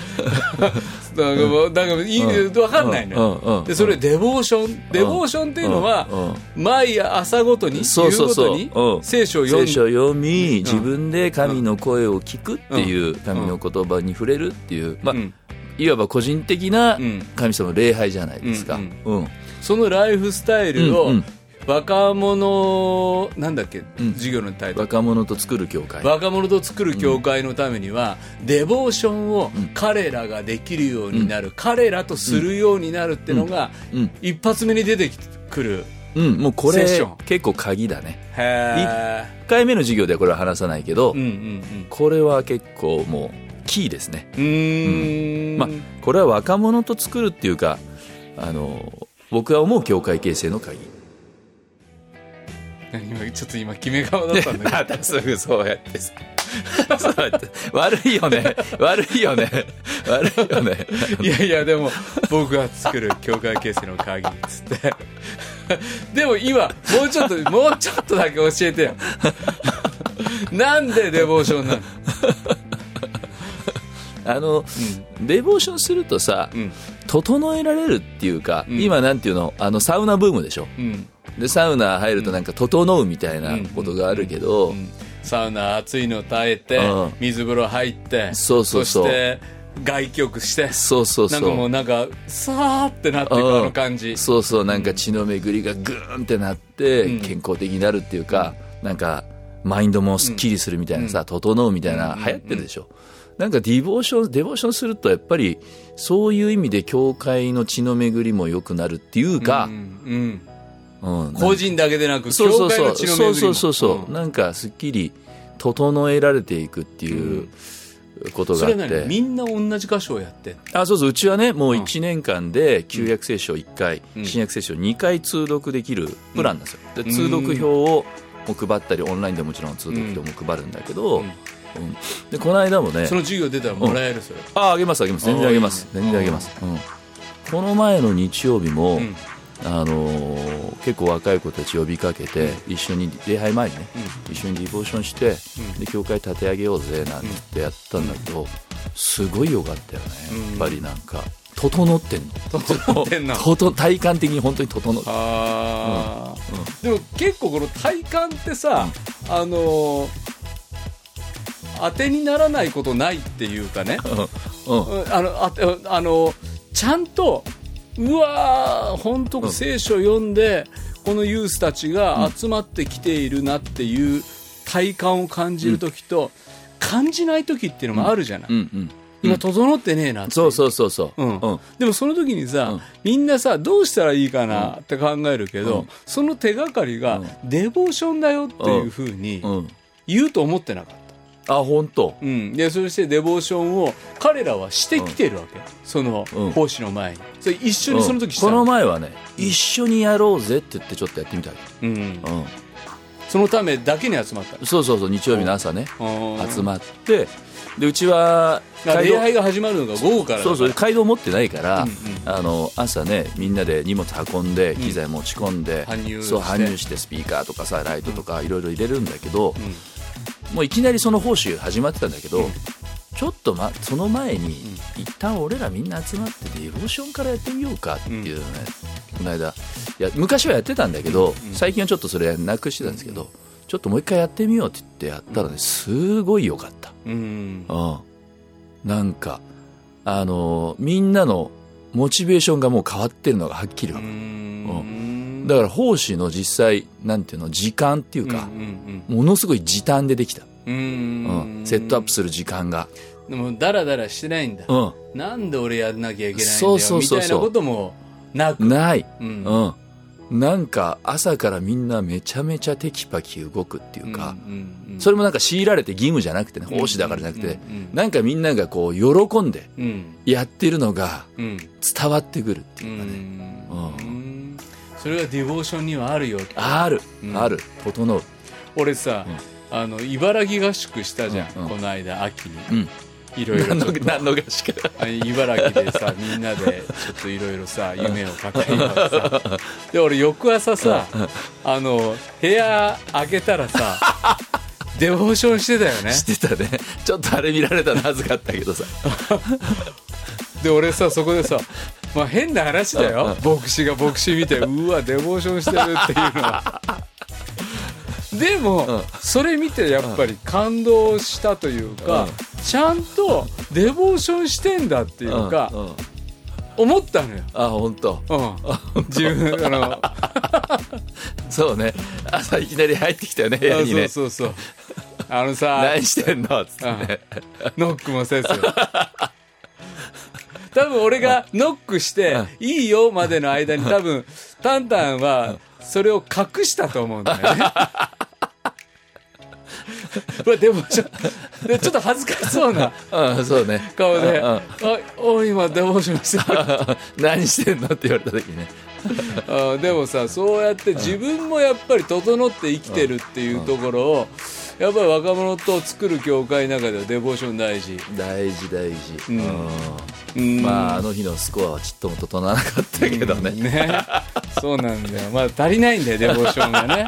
[SPEAKER 5] かもうなんかいい分かんない
[SPEAKER 4] うんうんう
[SPEAKER 5] の
[SPEAKER 4] ん
[SPEAKER 5] でそれデボーションデボーションっていうのは
[SPEAKER 4] うんうん
[SPEAKER 5] 毎朝ごとに
[SPEAKER 4] そう
[SPEAKER 5] 夕
[SPEAKER 4] そう
[SPEAKER 5] ご
[SPEAKER 4] そ
[SPEAKER 5] と
[SPEAKER 4] う
[SPEAKER 5] に
[SPEAKER 4] うん
[SPEAKER 5] 聖書を読
[SPEAKER 4] 聖
[SPEAKER 5] ん
[SPEAKER 4] 書
[SPEAKER 5] で
[SPEAKER 4] を読み、自分で神の声を聞くっていう、神の言葉に触れるっていう、まあ
[SPEAKER 5] うん
[SPEAKER 4] いわば個人的な
[SPEAKER 5] うん
[SPEAKER 4] 神様の礼拝じゃないですか、
[SPEAKER 5] う
[SPEAKER 4] うんん
[SPEAKER 5] そのライフスタイル
[SPEAKER 4] う
[SPEAKER 5] を
[SPEAKER 4] んうん
[SPEAKER 5] 若者なんだっけ
[SPEAKER 4] ん
[SPEAKER 5] 授業のタイトル
[SPEAKER 4] 若者と作る教会
[SPEAKER 5] 若者と作る教会のためにはデボーションを彼らができるようになる彼らとするようになるってのが
[SPEAKER 4] うん
[SPEAKER 5] 一発目に出てくる
[SPEAKER 4] うんもうこ
[SPEAKER 5] セッ
[SPEAKER 4] れ
[SPEAKER 5] ション
[SPEAKER 4] 結構鍵だね
[SPEAKER 5] へ
[SPEAKER 4] 1回目の授業ではこれは話さないけど、
[SPEAKER 5] うんうん
[SPEAKER 4] これは結構もうキーですね、
[SPEAKER 5] うんうーん
[SPEAKER 4] まあ、これは若者と作るっていうかあの僕が思う教会形成の鍵
[SPEAKER 5] 今ちょっと今決め顔だった んだけど
[SPEAKER 4] またすぐそうやってさ そうやって悪いよね悪いよね悪いよね
[SPEAKER 5] いやいやでも僕が作る境界形成の鍵っつって でも今もうちょっ ともうちょっとだけ教えてよなんでデボーションなの
[SPEAKER 4] あの、デボーションするとさ、
[SPEAKER 5] ん
[SPEAKER 4] 整えられるっていうか、今なんていうのあのサウナブームでしょ
[SPEAKER 5] うん
[SPEAKER 4] でサウナ入るとなんか整うみたいなことがあるけど、
[SPEAKER 5] サウナ暑いの耐えて、
[SPEAKER 4] うん
[SPEAKER 5] 水風呂入って
[SPEAKER 4] そうそうそう
[SPEAKER 5] して外気浴して
[SPEAKER 4] そうそうそ
[SPEAKER 5] な
[SPEAKER 4] うん
[SPEAKER 5] かもうなんかさーってなってく
[SPEAKER 4] うん
[SPEAKER 5] あの感じ
[SPEAKER 4] そうそうなんか血の巡りがグーンってなって
[SPEAKER 5] うん
[SPEAKER 4] 健康的になるっていうか、なんかマインドもすっきりするみたいなさ、整うみたいな流行ってるでしょ、なんかディボーションデボーションするとやっぱりそういう意味で教会の血の巡りも良くなるっていう
[SPEAKER 5] う
[SPEAKER 4] か、
[SPEAKER 5] んうん
[SPEAKER 4] うんなんか
[SPEAKER 5] 個人だけでなく
[SPEAKER 4] そうそ
[SPEAKER 5] 教
[SPEAKER 4] う
[SPEAKER 5] 会
[SPEAKER 4] そ
[SPEAKER 5] の
[SPEAKER 4] う
[SPEAKER 5] 血
[SPEAKER 4] そ
[SPEAKER 5] の巡り
[SPEAKER 4] うそ
[SPEAKER 5] も
[SPEAKER 4] うそうそう、
[SPEAKER 5] うん
[SPEAKER 4] なんかすっきり整えられていくっていうこと
[SPEAKER 5] そ
[SPEAKER 4] があっ
[SPEAKER 5] れ
[SPEAKER 4] て、
[SPEAKER 5] なにみんな同じ箇所をやってんの
[SPEAKER 4] あそうそううちはねもう
[SPEAKER 5] うん
[SPEAKER 4] 1年間で旧約聖書1回、
[SPEAKER 5] うん
[SPEAKER 4] 新約聖書2回通読できるプランなんですよ、で通読表をもう配ったりオンラインでもちろん通読表も配るんだけど、
[SPEAKER 5] うん
[SPEAKER 4] うんでこの間もね
[SPEAKER 5] その授業出たらもらえるそれ
[SPEAKER 4] ああげますあげます全然あげます
[SPEAKER 5] あー
[SPEAKER 4] 全
[SPEAKER 5] いいね
[SPEAKER 4] 然あげます、うんこの前の日曜日も、
[SPEAKER 5] ん
[SPEAKER 4] あのー結構若い子たち呼びかけて、一緒に礼拝前にね、一緒にディボーションして、で教会立て上げようぜなんて言ってやったんだけど、すごいよかったよねやっぱりなんか整ってんの 整
[SPEAKER 5] ってんな
[SPEAKER 4] 整体感的に本当に整って
[SPEAKER 5] あー、でも結構この体感ってさ、あのー当てにならないことないっていうかね、
[SPEAKER 4] うん
[SPEAKER 5] うんあのあてあのちゃんとうわー本当聖書読んで、このユースたちが集まってきているなっていう体感を感じる時と、感じない時っていうのもあるじゃない、
[SPEAKER 4] うんうん
[SPEAKER 5] 今整ってねえなって
[SPEAKER 4] そうそうそうそう、
[SPEAKER 5] うんでもその時にさ、みんなさどうしたらいいかなって考えるけど、
[SPEAKER 4] うん
[SPEAKER 5] その手がかりが、デボーションだよっていうふうに
[SPEAKER 4] うん
[SPEAKER 5] 言うと思ってなかった、
[SPEAKER 4] あ本当
[SPEAKER 5] うん、でそしてデボーションを彼らはしてきてるわけ、その
[SPEAKER 4] うん
[SPEAKER 5] 奉仕の前にそれ一緒にその時した
[SPEAKER 4] こ
[SPEAKER 5] の
[SPEAKER 4] の前はね一緒にやろうぜって言ってちょっとやってみたわけ
[SPEAKER 5] うん、
[SPEAKER 4] うん
[SPEAKER 5] そのためだけに集まった
[SPEAKER 4] そうそうそう日曜日の朝ね集
[SPEAKER 5] ま
[SPEAKER 4] まってでうちは街
[SPEAKER 5] 礼
[SPEAKER 4] 道
[SPEAKER 5] 拝が始まるのが午後からだ
[SPEAKER 4] そうそう街道持ってないから、
[SPEAKER 5] うんうん
[SPEAKER 4] あの朝ねみんなで荷物運んで機材持ち込んで、
[SPEAKER 5] 搬入して
[SPEAKER 4] そう搬入してスピーカーとかさライトとかいろいろ入れるんだけど、もういきなりその報酬始まってたんだけど、ちょっと、ま、その前に、一旦俺らみんな集まってディボーションからやってみようかっていうのね、この間いや昔はやってたんだけど、最近はちょっとそれなくしてたんですけど、ちょっともう一回やってみようって言ってやったらねすごい良かった。
[SPEAKER 5] うん
[SPEAKER 4] うん、なんかあのーみんなのモチベーションがもう変わってるのがはっきりわ
[SPEAKER 5] う
[SPEAKER 4] かる、
[SPEAKER 5] ん
[SPEAKER 4] だから奉仕の実際なんていうの時間っていう
[SPEAKER 5] うん
[SPEAKER 4] か、
[SPEAKER 5] うん
[SPEAKER 4] ものすごい時短でできた、
[SPEAKER 5] うん
[SPEAKER 4] うん
[SPEAKER 5] うん
[SPEAKER 4] セットアップする時間が、
[SPEAKER 5] でもダラダラしてないんだ、
[SPEAKER 4] うん、
[SPEAKER 5] なんで俺やんなきゃいけないんだよ
[SPEAKER 4] そうそうそうそう
[SPEAKER 5] みたいなこともなく、
[SPEAKER 4] ない、
[SPEAKER 5] うん
[SPEAKER 4] うん、なんか朝からみんなめちゃめちゃテキパキ動くっていうか、
[SPEAKER 5] うんうんうん
[SPEAKER 4] それもなんか強いられて義務じゃなくてね奉仕だからじゃなくて、
[SPEAKER 5] うんうんうん
[SPEAKER 4] なんかみんながこう喜んで
[SPEAKER 5] うん
[SPEAKER 4] やってるのが
[SPEAKER 5] うん
[SPEAKER 4] 伝わってくるって
[SPEAKER 5] う
[SPEAKER 4] いうんかね、
[SPEAKER 5] うんそれがディボーションにはあるよ
[SPEAKER 4] ある、
[SPEAKER 5] うん
[SPEAKER 4] ある整う
[SPEAKER 5] 俺さ、あの茨城合宿したじゃん、
[SPEAKER 4] うんうん
[SPEAKER 5] この間秋に、
[SPEAKER 4] うん
[SPEAKER 5] いろいろ
[SPEAKER 4] 何の
[SPEAKER 5] ちょ っと
[SPEAKER 4] 何の合宿か
[SPEAKER 5] あ茨城で さみんなでちょっといろいろさ夢を語りながらさで俺翌朝さあの部屋開けたらさ デボーションしてたよね
[SPEAKER 4] してたね ちょっとあれ見られたの恥ずかったけどさ
[SPEAKER 5] で俺さそこでさまあ変な話だよ牧師が牧師見 てうわデボーションしてるっていうのはでもそれ見てやっぱり感動したというかちゃんとデボーションしてんだっていうか
[SPEAKER 4] うんうん
[SPEAKER 5] 思ったのよ
[SPEAKER 4] あ 本当
[SPEAKER 5] うん自分あのあ
[SPEAKER 4] そうね朝 いきなり入ってきたよね部屋にね
[SPEAKER 5] そうそうそうあの さ
[SPEAKER 4] 何してんのっつってね
[SPEAKER 5] ノックもせず 多分俺がノックして
[SPEAKER 4] うん
[SPEAKER 5] 「いいよ」までの間に多分タンタンはそれを隠したと思うんだよね うわでもちょでちょっと恥ずかしそうな
[SPEAKER 4] うんそうね
[SPEAKER 5] 顔で「
[SPEAKER 4] うんうん
[SPEAKER 5] あおい今デボーションしてる
[SPEAKER 4] 何してんのって言われた時にね
[SPEAKER 5] あでもさそうやって自分もやっぱり整って生きてるっていうところをやっぱり若者と作る教会の中ではデボーション大事
[SPEAKER 4] 大事大事、
[SPEAKER 5] う
[SPEAKER 4] うんんまああの日のスコアはちっとも整わなかったけどね、
[SPEAKER 5] ねそうなんだよまだ足りないんだよデボーションがね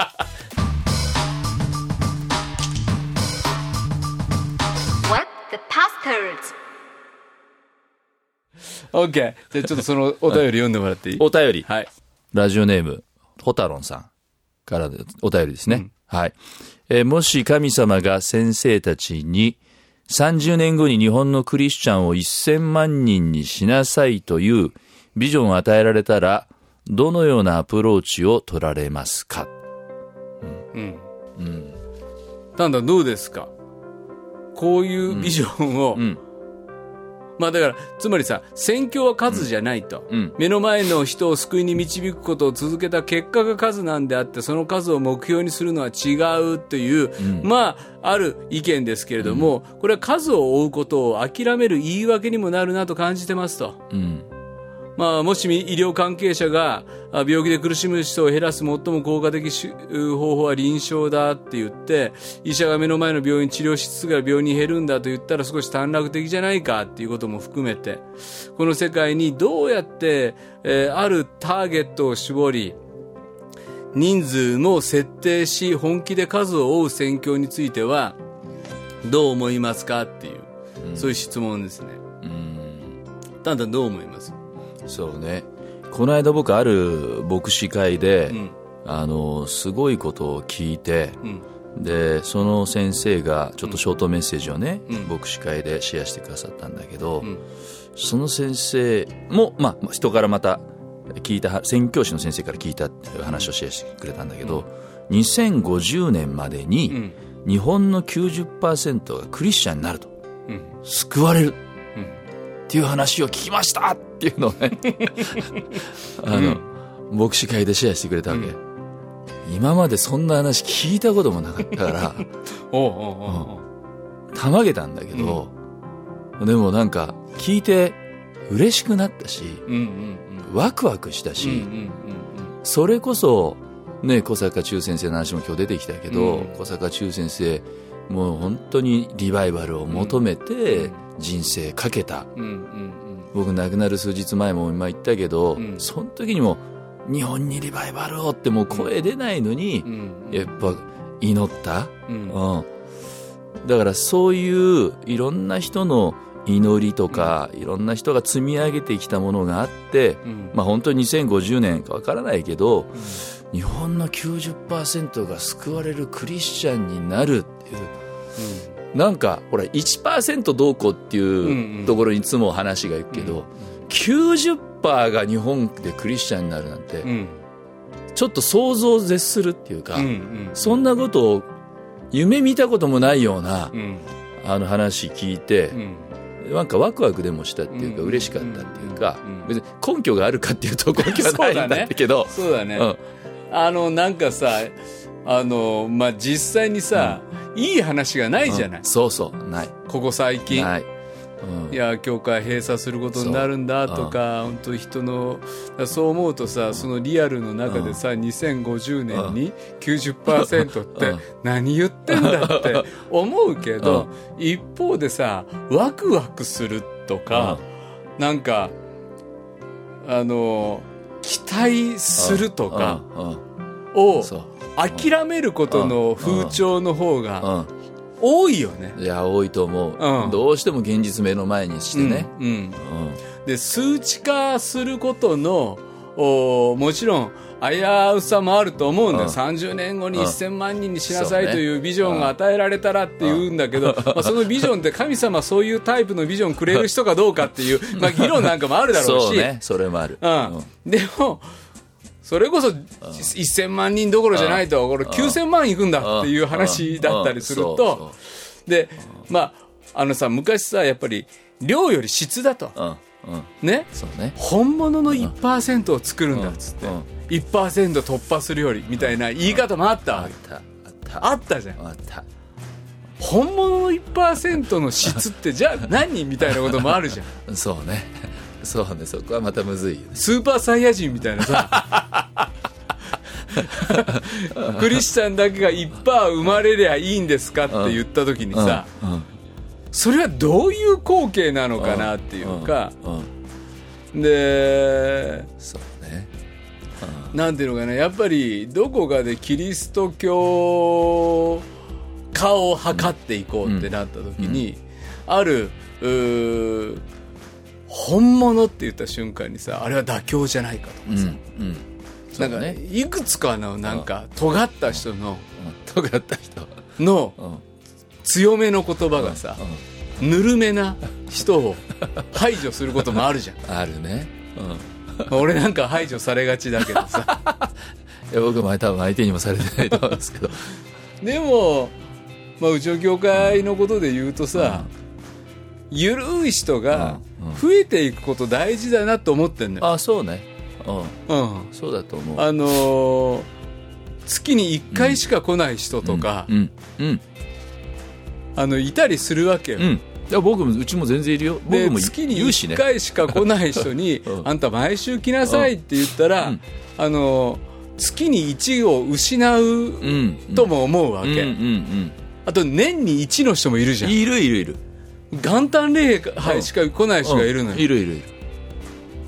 [SPEAKER 2] What the Pastors
[SPEAKER 5] OK じゃあちょっとそのお便り読んでもらっていい
[SPEAKER 4] お便り、
[SPEAKER 5] はい
[SPEAKER 4] ラジオネーム、ホタロンさんからのお便りですね。はい。えーもし神様が先生たちに、30年後に日本のクリスチャンを1000万人にしなさいというビジョンを与えられたら、どのようなアプローチを取られますか
[SPEAKER 5] なんだどうですかこういうビジョンを、
[SPEAKER 4] ん
[SPEAKER 5] まあだからつまりさ宣教は数じゃないと、
[SPEAKER 4] ん
[SPEAKER 5] 目の前の人を救いに導くことを続けた結果が数なんであってその数を目標にするのは違うという、まあある意見ですけれども、これは数を追うことを諦める言い訳にもなるなと感じてますと。
[SPEAKER 4] うん。
[SPEAKER 5] まあ、もし医療関係者があ病気で苦しむ人を減らす最も効果的しう方法は臨床だって言って医者が目の前の病院治療しつつが病院に減るんだと言ったら少し短絡的じゃないかっていうことも含めてこの世界にどうやって、えーあるターゲットを絞り人数も設定し本気で数を追う戦況についてはどう思いますかっていう、そういう質問ですね。ただどう思います
[SPEAKER 4] そうね。この間僕ある牧師会で、
[SPEAKER 5] ん
[SPEAKER 4] あの、すごいことを聞いて、
[SPEAKER 5] ん
[SPEAKER 4] で、その先生がちょっとショートメッセージをね、
[SPEAKER 5] うん
[SPEAKER 4] 牧師会でシェアしてくださったんだけど、
[SPEAKER 5] ん
[SPEAKER 4] その先生も、まあ、人からまた聞いた、宣教師の先生から聞いたっていう話をシェアしてくれたんだけど、2050年まで
[SPEAKER 5] う
[SPEAKER 4] に
[SPEAKER 5] ん、
[SPEAKER 4] 日本の90%がクリスチャンになると。
[SPEAKER 5] うん
[SPEAKER 4] 救われる、
[SPEAKER 5] うん
[SPEAKER 4] っていう話を聞きましたっていうのをね あの、牧師会でシェアしてくれたわけ、今までそんな話聞いたこともなかったから
[SPEAKER 5] おうおうおうおう
[SPEAKER 4] たまげたんだけど、でもなんか聞いて嬉しくなったし
[SPEAKER 5] うんうん
[SPEAKER 4] ワクワクしたし、
[SPEAKER 5] うんうんうん
[SPEAKER 4] それこそ、ね、小坂中先生の話も今日出てきたけど、
[SPEAKER 5] うん
[SPEAKER 4] 小坂中先生もう本当にリバイバルを求めて人生かけた、
[SPEAKER 5] うんうんうん
[SPEAKER 4] 僕亡くなる数日前も今言ったけど、
[SPEAKER 5] うん
[SPEAKER 4] その時にも日本にリバイバルをってもう声出ないのに
[SPEAKER 5] う、ん
[SPEAKER 4] やっぱ祈った、
[SPEAKER 5] うん
[SPEAKER 4] うん、だからそういういろんな人の祈りとか、いろんな人が積み上げてきたものがあって、
[SPEAKER 5] うん
[SPEAKER 4] まあ本当に2050年かわからないけど、日本の90%が救われるクリスチャンになるっていうなんか、ほら、1%どうこうって
[SPEAKER 5] んう
[SPEAKER 4] い
[SPEAKER 5] ん
[SPEAKER 4] うところにいつも話が行くけど、90%が日本でクリスチャンになるなんて
[SPEAKER 5] う、ん
[SPEAKER 4] ちょっと想像を絶するっていうか、
[SPEAKER 5] うんうん
[SPEAKER 4] そんなことを夢見たこともないような
[SPEAKER 5] う、ん
[SPEAKER 4] あの話聞いて
[SPEAKER 5] う、ん
[SPEAKER 4] なんかワクワクでもしたっていうか、
[SPEAKER 5] うん
[SPEAKER 4] 嬉しかったっていうか
[SPEAKER 5] うん、
[SPEAKER 4] 別に根拠があるかっていうと根拠はないんだけど、
[SPEAKER 5] そうだ
[SPEAKER 4] う
[SPEAKER 5] ね
[SPEAKER 4] ん
[SPEAKER 5] あのなんかさあのまあ実際にさいい話がないじゃない
[SPEAKER 4] そうそう、ない。
[SPEAKER 5] ここ最近
[SPEAKER 4] ない。うん
[SPEAKER 5] いや教会閉鎖することになるんだとか本当人のだからそう思うとさそのリアルの中でさ2050年に90%っ
[SPEAKER 4] う
[SPEAKER 5] て
[SPEAKER 4] ん
[SPEAKER 5] 何言ってんだって思うけど一方でさワクワクするとかなんかあの期待するとか
[SPEAKER 4] うんうん
[SPEAKER 5] を
[SPEAKER 4] そう。
[SPEAKER 5] 諦めることの風潮の方が
[SPEAKER 4] うん
[SPEAKER 5] 多いよね。
[SPEAKER 4] いや、多いと思う。
[SPEAKER 5] うん
[SPEAKER 4] どうしても現実目の前にしてね。
[SPEAKER 5] うんうん
[SPEAKER 4] うん
[SPEAKER 5] で数値化することのおーもちろん危うさもあると思うんだよ、
[SPEAKER 4] うん
[SPEAKER 5] 30年後に
[SPEAKER 4] うん
[SPEAKER 5] 1000万人にしなさ
[SPEAKER 4] そう
[SPEAKER 5] い
[SPEAKER 4] ね
[SPEAKER 5] というビジョンが与えられたらって言うんだけど、まあ、そのビジョンって神様そういうタイプのビジョンくれる人かどうかっていう、まあ、議論なんかもあるだろうし
[SPEAKER 4] そうね、それもある。
[SPEAKER 5] うん、でもそれこそ1000万人どころじゃないとこれ9000万いくんだっていう話だったりする
[SPEAKER 4] うんうんそ
[SPEAKER 5] と
[SPEAKER 4] う
[SPEAKER 5] でまああのさ昔さやっぱり量より質だと
[SPEAKER 4] そううん、うん、
[SPEAKER 5] ね
[SPEAKER 4] そうね。
[SPEAKER 5] 本物の1%を作るんだっつって、
[SPEAKER 4] うんうん
[SPEAKER 5] 1%突破するよりみたいな言い方もあった
[SPEAKER 4] あ
[SPEAKER 5] わ
[SPEAKER 4] っ
[SPEAKER 5] け、
[SPEAKER 4] た、あった。
[SPEAKER 5] あったじゃん
[SPEAKER 4] あった。
[SPEAKER 5] 本物の1%の質ってじゃあ何みたいなこともあるじゃん
[SPEAKER 4] そうね。 そうねそこはまたむずいよね
[SPEAKER 5] スーパーサイヤ人みたいなさ クリスチャンだけがいっぱい生まれりゃいいんですかって言った時にさ、
[SPEAKER 4] うんうん
[SPEAKER 5] それはどういう光景なのかなっていうか、
[SPEAKER 4] うん
[SPEAKER 5] で
[SPEAKER 4] そうね
[SPEAKER 5] なんていうのかなやっぱりどこかでキリスト教化を図っていこうってなった時に、あるうー本物って言った瞬間にさあれは妥協じゃないかと
[SPEAKER 4] うんうん
[SPEAKER 5] な
[SPEAKER 4] そうん
[SPEAKER 5] か、
[SPEAKER 4] ね
[SPEAKER 5] いくつかのなんか尖った人の
[SPEAKER 4] とかった人
[SPEAKER 5] の
[SPEAKER 4] うん
[SPEAKER 5] 強めの言葉がさ、ぬるめな人を排除することもあるじゃん
[SPEAKER 4] あるねうん
[SPEAKER 5] 俺なんか排除されがちだけど さ
[SPEAKER 4] いや僕も多分相手にもされてないと思うん ですけど
[SPEAKER 5] でも、まあ、うちの業界のことで言うとさ、ゆるい人が
[SPEAKER 4] うんうん
[SPEAKER 5] 増えていくこと大事だなと思ってんのよ、
[SPEAKER 4] あそうねうん
[SPEAKER 5] うん、
[SPEAKER 4] そうだと思う
[SPEAKER 5] あのー月に1回しか来ない人とか、
[SPEAKER 4] うんうん
[SPEAKER 5] あのいたりするわけよ、
[SPEAKER 4] うんいや僕もうちも全然いるよ僕
[SPEAKER 5] で
[SPEAKER 4] も
[SPEAKER 5] 月に
[SPEAKER 4] 言うし
[SPEAKER 5] 1
[SPEAKER 4] ね
[SPEAKER 5] 回しか来ない人に、
[SPEAKER 4] うん
[SPEAKER 5] あんた毎週来なさいって言ったら、
[SPEAKER 4] うん
[SPEAKER 5] あの月に1を失う
[SPEAKER 4] うん
[SPEAKER 5] とも思うわ
[SPEAKER 4] う
[SPEAKER 5] け、
[SPEAKER 4] んうんうん
[SPEAKER 5] あと年に1の人もいるじゃん
[SPEAKER 4] いるいるいる
[SPEAKER 5] 元旦礼拝しか来ない人がいるのよ、
[SPEAKER 4] うんいるいるいる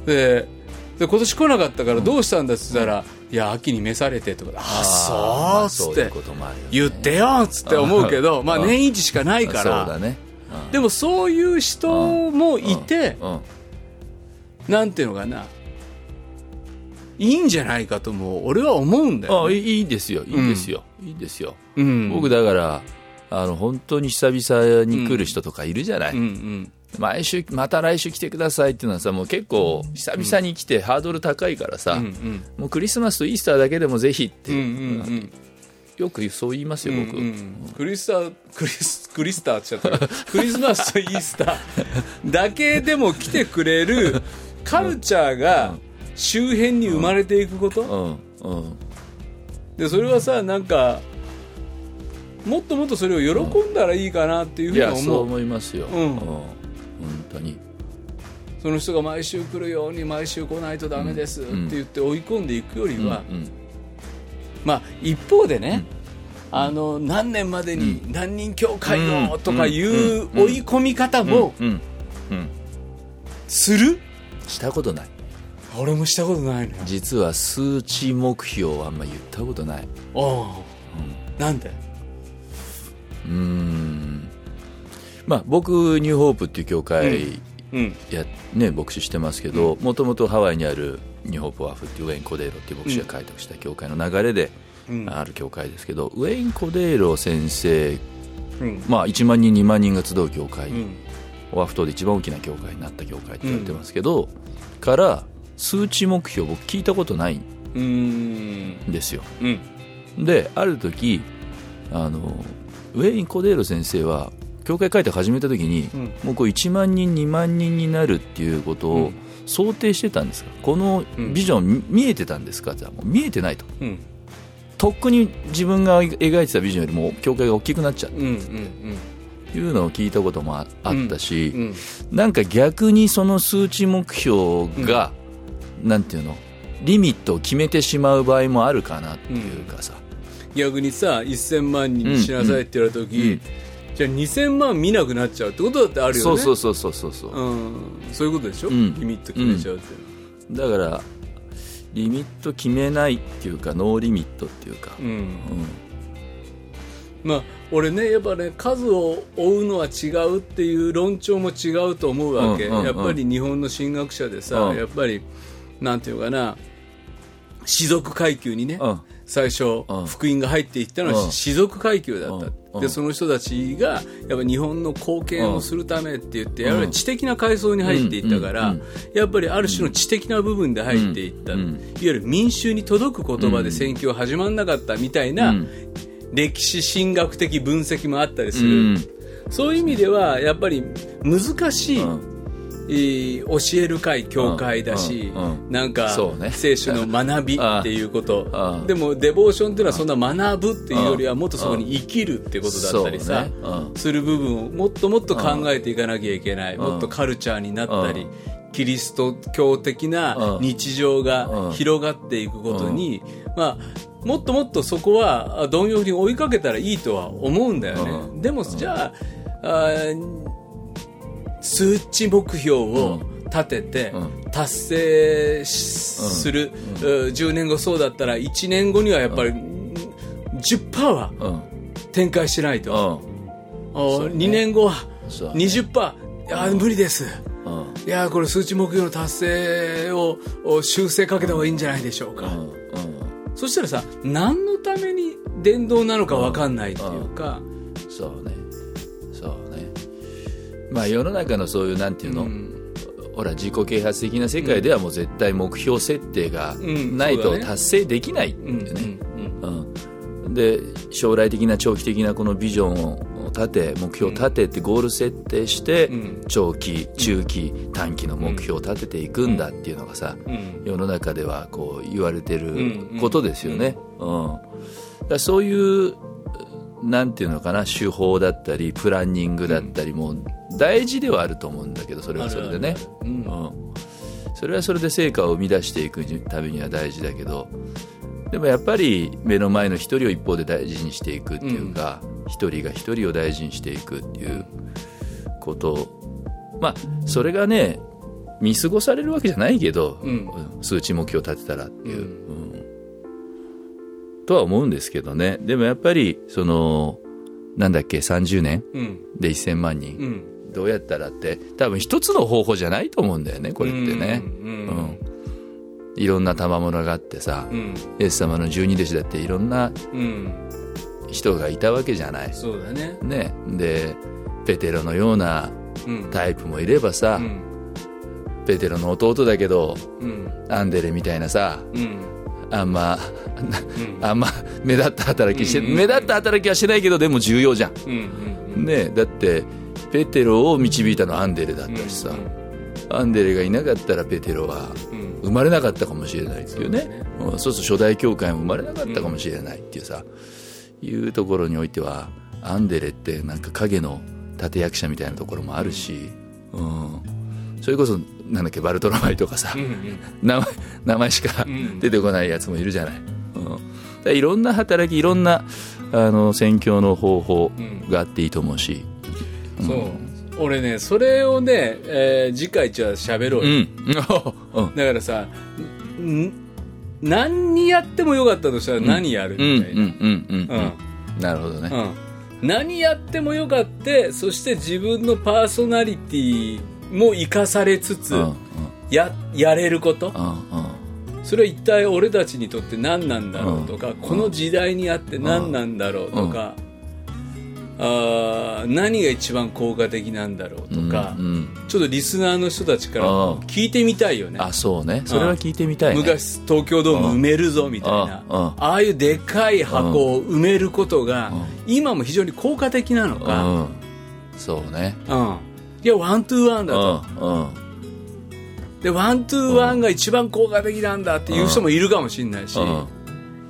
[SPEAKER 5] でで今年来なかったからどうしたんだっつったら「いや秋に召されて」とか
[SPEAKER 4] ま
[SPEAKER 5] 「ああ
[SPEAKER 4] あ
[SPEAKER 5] そう」
[SPEAKER 4] そ
[SPEAKER 5] っ
[SPEAKER 4] う
[SPEAKER 5] つ
[SPEAKER 4] い
[SPEAKER 5] っ
[SPEAKER 4] う
[SPEAKER 5] て
[SPEAKER 4] こともあるよ
[SPEAKER 5] 「
[SPEAKER 4] ね
[SPEAKER 5] 言ってよ」っつって思うけどまあ
[SPEAKER 4] うん
[SPEAKER 5] 年一しかない
[SPEAKER 4] そう
[SPEAKER 5] から
[SPEAKER 4] だね
[SPEAKER 5] でもそういう人もいて
[SPEAKER 4] うん
[SPEAKER 5] なんていうのかないいんじゃないかともう俺は思うんだよ
[SPEAKER 4] あ
[SPEAKER 5] ね、
[SPEAKER 4] いいいいですよいいですよいいですよ
[SPEAKER 5] うん、
[SPEAKER 4] 僕
[SPEAKER 5] だ
[SPEAKER 4] だからあの本当に久々に来る人とかいるじゃない、
[SPEAKER 5] うんうん
[SPEAKER 4] 毎週また来週来てくださいっていうのはさもう結構久々に来てハードル高いからさ、
[SPEAKER 5] うんうん
[SPEAKER 4] もうクリスマスとイースターだけでもぜひって、
[SPEAKER 5] うんうん
[SPEAKER 4] よくそう言います
[SPEAKER 5] う
[SPEAKER 4] よ
[SPEAKER 5] ん
[SPEAKER 4] 僕、
[SPEAKER 5] うんクリスタクリスクリスターって言っちゃったけどクリスマスとイースターだけでも来てくれるカルチャーが周辺に生まれていくこと
[SPEAKER 4] うんうん
[SPEAKER 5] でそれはさなんかもっともっとそれを喜んだらいいかなっていうふ
[SPEAKER 4] いう
[SPEAKER 5] には
[SPEAKER 4] やそう
[SPEAKER 5] 思う
[SPEAKER 4] 思いますよ、
[SPEAKER 5] ん
[SPEAKER 4] 本当に
[SPEAKER 5] その人が毎週来るように毎週来ないとダメですって
[SPEAKER 4] ん
[SPEAKER 5] 言って追い込んでいくよりは、
[SPEAKER 4] うん
[SPEAKER 5] まあ一方でね、あの何年までに何人教会をとかいう追い込み方も
[SPEAKER 4] うん
[SPEAKER 5] する
[SPEAKER 4] したことない
[SPEAKER 5] 俺もしたことないのよ
[SPEAKER 4] 実は数値目標はあんま言ったことない
[SPEAKER 5] ああなんで
[SPEAKER 4] まあ僕ニューホープっていう教会
[SPEAKER 5] うん
[SPEAKER 4] や、ね、牧師してますけどもともとハワイにあるニューホープワーフっていうウェイン・コデーロっていう牧師が開拓した教会の流れで、
[SPEAKER 5] うん
[SPEAKER 4] ある教会ですけどウェイン・コデーロ先生、
[SPEAKER 5] うん
[SPEAKER 4] まあ、1万人2万人が集う教会、
[SPEAKER 5] うん
[SPEAKER 4] オアフ島で一番大きな教会になった教会って言ってますけど、から数値目標僕聞いたことないん
[SPEAKER 5] うん
[SPEAKER 4] ですよ
[SPEAKER 5] うん
[SPEAKER 4] である時あのウェイン・コデーロ先生は教会開拓始めた時に、
[SPEAKER 5] ん
[SPEAKER 4] もうこう1万人2万人になるっていうこと
[SPEAKER 5] う
[SPEAKER 4] を
[SPEAKER 5] ん
[SPEAKER 4] 想定してたんですか、このビジョンみ見えてたんですかって言ったらもう見えてないと
[SPEAKER 5] うん
[SPEAKER 4] とっくに自分が描いてたビジョンよりも教会が大きくなっちゃう
[SPEAKER 5] うん
[SPEAKER 4] っていうのを聞いたこともああったし、
[SPEAKER 5] うんうん
[SPEAKER 4] なんか逆にその数値目標が、なんていうのリミットを決めてしまう場合もあるかなっていうかさ、
[SPEAKER 5] 逆にさ1000万人にしなさいって言われた時、
[SPEAKER 4] うん
[SPEAKER 5] じゃあ2000万見なくなっちゃうってことだってあるよね
[SPEAKER 4] そうそうそうそうそうそう、
[SPEAKER 5] うん、そういうことでしょ、
[SPEAKER 4] ん
[SPEAKER 5] リミット決めちゃうっていうのは
[SPEAKER 4] だからリミット決めないっていうかノーリミットっていうか、
[SPEAKER 5] うんまあ俺ねやっぱね数を追うのは違うっていう論調も違うと思うわけ、
[SPEAKER 4] うんうんうん
[SPEAKER 5] やっぱり日本の神学者でさ、
[SPEAKER 4] うん
[SPEAKER 5] やっぱりなんていうかな士族階級にね、
[SPEAKER 4] うん
[SPEAKER 5] 最初、
[SPEAKER 4] うん
[SPEAKER 5] 福音が入っていったのは、
[SPEAKER 4] うん
[SPEAKER 5] 士族階級だった、
[SPEAKER 4] うん
[SPEAKER 5] で
[SPEAKER 4] うん
[SPEAKER 5] その人たちがやっぱ日本の貢献をするためって言って、
[SPEAKER 4] ん
[SPEAKER 5] やっぱり知的な階層に入っていったから、
[SPEAKER 4] うんうん
[SPEAKER 5] やっぱりある種の知的な部分で入っていった、
[SPEAKER 4] うんうん
[SPEAKER 5] いわゆる民衆に届く言葉で選挙は始まんなかったみたいな、
[SPEAKER 4] うん
[SPEAKER 5] 歴史神学的分析もあったりす
[SPEAKER 4] う
[SPEAKER 5] る、
[SPEAKER 4] ん
[SPEAKER 5] そういう意味ではやっぱり難しい、
[SPEAKER 4] うん
[SPEAKER 5] えー教える会教会だし、
[SPEAKER 4] うんうんうん
[SPEAKER 5] なんか、
[SPEAKER 4] そうね
[SPEAKER 5] 聖書の学びっていうこと、
[SPEAKER 4] ああ
[SPEAKER 5] でもデボーションっていうのはそんな学ぶっていうよりはもっとそこに生きるってことだったり
[SPEAKER 4] そ
[SPEAKER 5] さ、
[SPEAKER 4] うねうん
[SPEAKER 5] する部分をもっともっと考えていかなきゃいけない、もっとカルチャーになったり、キリスト教的な
[SPEAKER 4] うん
[SPEAKER 5] 日常
[SPEAKER 4] う
[SPEAKER 5] が
[SPEAKER 4] ん
[SPEAKER 5] 広がっていくことに、まあ、もっともっとそこはあ貪欲に追いかけたらいいとは思うんだよね。
[SPEAKER 4] う
[SPEAKER 5] でも、じゃあ、あー数値目標を立てて
[SPEAKER 4] う
[SPEAKER 5] 達成し
[SPEAKER 4] うん
[SPEAKER 5] する、うん10年後そうだったら1年後にはやっぱりうん10%は
[SPEAKER 4] うん
[SPEAKER 5] 展開しないと、
[SPEAKER 4] う
[SPEAKER 5] お
[SPEAKER 4] そうね
[SPEAKER 5] 2年後は
[SPEAKER 4] そうだね
[SPEAKER 5] 20%、いや無理です
[SPEAKER 4] んうん
[SPEAKER 5] いやこれ数値目標の達成をお修正かけた方がいいんじゃないでしょうか、
[SPEAKER 4] うんうん
[SPEAKER 5] そしたらさ何のために電動なのか分かんないっていうか、
[SPEAKER 4] そうねそうねまあ世の中のそういうなんていうの、ほら自己啓発的な世界ではもう絶対目標設定が
[SPEAKER 5] ん
[SPEAKER 4] ない
[SPEAKER 5] そう
[SPEAKER 4] と
[SPEAKER 5] だね
[SPEAKER 4] 達成できないんだ
[SPEAKER 5] うん
[SPEAKER 4] よね、うんで将来的な長期的なこのビジョンを立て目標を立ててゴール設定して、
[SPEAKER 5] ん
[SPEAKER 4] 長期中期短期の目標を立てていくんだっていうのがさ、
[SPEAKER 5] うん
[SPEAKER 4] 世の中ではこう言われて
[SPEAKER 5] うん
[SPEAKER 4] ることですよね。うんだからそういうなんていうのかな手法だったりプランニングだったりも大事ではあると思うんだけどそれはそれでね、うんそれはそれで成果を生み出していくためには大事だけどでもやっぱり目の前の一人を一方で大事にしていくっていうか一、人が一人を大事にしていくっていうことまあそれがね見過ごされるわけじゃないけど、
[SPEAKER 5] ん
[SPEAKER 4] 数値目標を立てたらっていう、うんとは思うんですけどねでもやっぱりそのなんだっけ30年
[SPEAKER 5] うん
[SPEAKER 4] で1000万人、
[SPEAKER 5] うん
[SPEAKER 4] どうやったらって多分一つの方法じゃないと思うんだよねこれってね
[SPEAKER 5] う
[SPEAKER 4] うんん、いろんな賜物があってさ、
[SPEAKER 5] うん
[SPEAKER 4] イエス様の十二弟子だっていろんな
[SPEAKER 5] うん
[SPEAKER 4] 人がいたわけじゃない
[SPEAKER 5] そうだね
[SPEAKER 4] ねでペテロのような
[SPEAKER 5] うん
[SPEAKER 4] タイプもいればさ、
[SPEAKER 5] うん
[SPEAKER 4] ペテロの弟だけど
[SPEAKER 5] うん
[SPEAKER 4] アンデレみたいなさ
[SPEAKER 5] うん
[SPEAKER 4] あんま、あんま目立った働きして、目立った働きはしてないけどでも重要じゃん
[SPEAKER 5] うんうん
[SPEAKER 4] ねだってペテロを導いたのはアンデレだったしさ、アンデレがいなかったらペテロは
[SPEAKER 5] うん
[SPEAKER 4] 生まれなかったかもしれないっていうね
[SPEAKER 5] そうだね
[SPEAKER 4] うんそうすると初代教会も生まれなかったかもしれないっていうさ、いうところにおいてはアンデレってなんか影の立役者みたいなところもあるし、うん、それこそなんだっけバルトロマイとかさ、名前名前しか出てこないやつもいるじゃない、うん、だからいろんな働きいろんなあの宣教の方法があっていいと思うし、
[SPEAKER 5] うんそう俺ねそれをね、えー次回じゃあ喋ろう
[SPEAKER 4] う
[SPEAKER 5] よ、
[SPEAKER 4] ん、うん
[SPEAKER 5] だからさん何にやってもよかったとしたら何やる
[SPEAKER 4] うんうん
[SPEAKER 5] みたいな
[SPEAKER 4] うんうん
[SPEAKER 5] うん
[SPEAKER 4] なるほどね、
[SPEAKER 5] うん何やってもよかってそして自分のパーソナリティも生かされつつ、
[SPEAKER 4] うんうん
[SPEAKER 5] ややれること
[SPEAKER 4] うんうん
[SPEAKER 5] それは一体俺たちにとって何なんだろうと
[SPEAKER 4] う
[SPEAKER 5] か、
[SPEAKER 4] ん
[SPEAKER 5] この時代にあって何なんだろうとか、あー何が一番効果的なんだろうとか、
[SPEAKER 4] うんうん
[SPEAKER 5] ちょっとリスナーの人たちから
[SPEAKER 4] うん
[SPEAKER 5] 聞いてみたいよね
[SPEAKER 4] あそうねそれは聞いてみたいね
[SPEAKER 5] 昔東京ドーム埋めるぞみたいな
[SPEAKER 4] うんうん
[SPEAKER 5] ああいうでかい箱を埋めることが今も非常に効果的なの
[SPEAKER 4] う
[SPEAKER 5] か、
[SPEAKER 4] んそうね
[SPEAKER 5] うん、いやワントゥーワン
[SPEAKER 4] う
[SPEAKER 5] だ
[SPEAKER 4] んう
[SPEAKER 5] と
[SPEAKER 4] ん
[SPEAKER 5] でワントゥーワンが一番効果的なんだっていう人もいるかもしれないし、
[SPEAKER 4] うん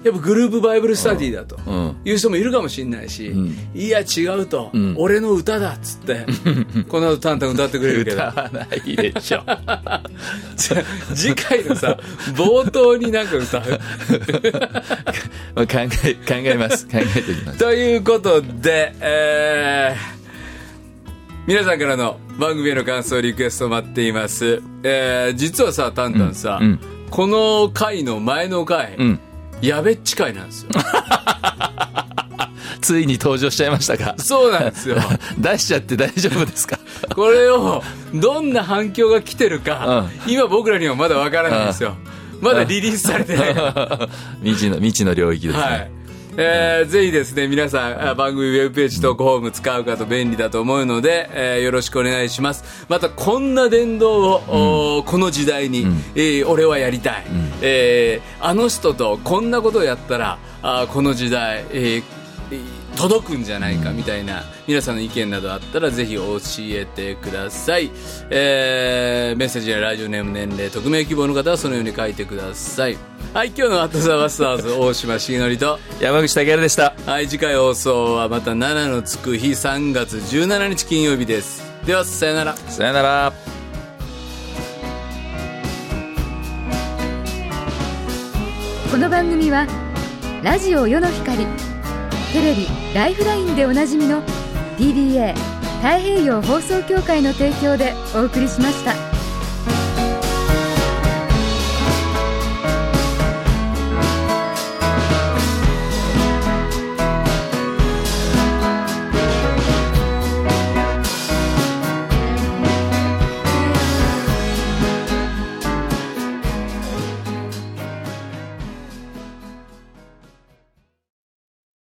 [SPEAKER 5] やっぱグループバイブルスタディだと
[SPEAKER 4] うん
[SPEAKER 5] いう人もいるかもしれないし、
[SPEAKER 4] ん
[SPEAKER 5] いや違うと、
[SPEAKER 4] ん
[SPEAKER 5] 俺の歌だっ つってこの後タンタン歌ってくれるけど
[SPEAKER 4] 歌わないで しょ
[SPEAKER 5] じゃあ 次回のさ冒頭になん か歌う
[SPEAKER 4] まあ考え考えます考えておきます
[SPEAKER 5] ということで、えー皆さんからの番組への感想リクエスト待っています、えー実はさタンタンさ、
[SPEAKER 4] うんうん
[SPEAKER 5] この回の前の回、
[SPEAKER 4] うん
[SPEAKER 5] やべっち会なんですよ
[SPEAKER 4] ついに登場しちゃいましたか
[SPEAKER 5] そうなんです よ
[SPEAKER 4] 出しちゃって大丈夫ですか
[SPEAKER 5] これをどんな反響が来てるか、今僕らにはまだわからないんですよ、まだリリースされてないから
[SPEAKER 4] 未知の未知の領域ですね、
[SPEAKER 5] はい。えーぜひですね、皆さん、あ番組ウェブページ投稿フォーム使うかと便利だと思うので、えーよろしくお願いします。また、こんな伝道を、おーこの時代に、えー俺はやりたい、えーあの人とこんなことをやったら、あーこの時代、えーえー届くんじゃないかみたいな、皆さんの意見などあったらぜひ教えてください。えーメッセージやラジオネーム、年齢、匿名希望の方はそのように書いてください。はい、今日のアットザバスターズ、大島重則と、
[SPEAKER 4] 山口武でした
[SPEAKER 5] はい、次回放送はまた7のつく日3月17日金曜日です。では、さよなら。
[SPEAKER 4] さよなら
[SPEAKER 7] この番組はラジオ世の光テレビ「ライフライン」でおなじみの DBA 太平洋放送協会の提供でお送りしました。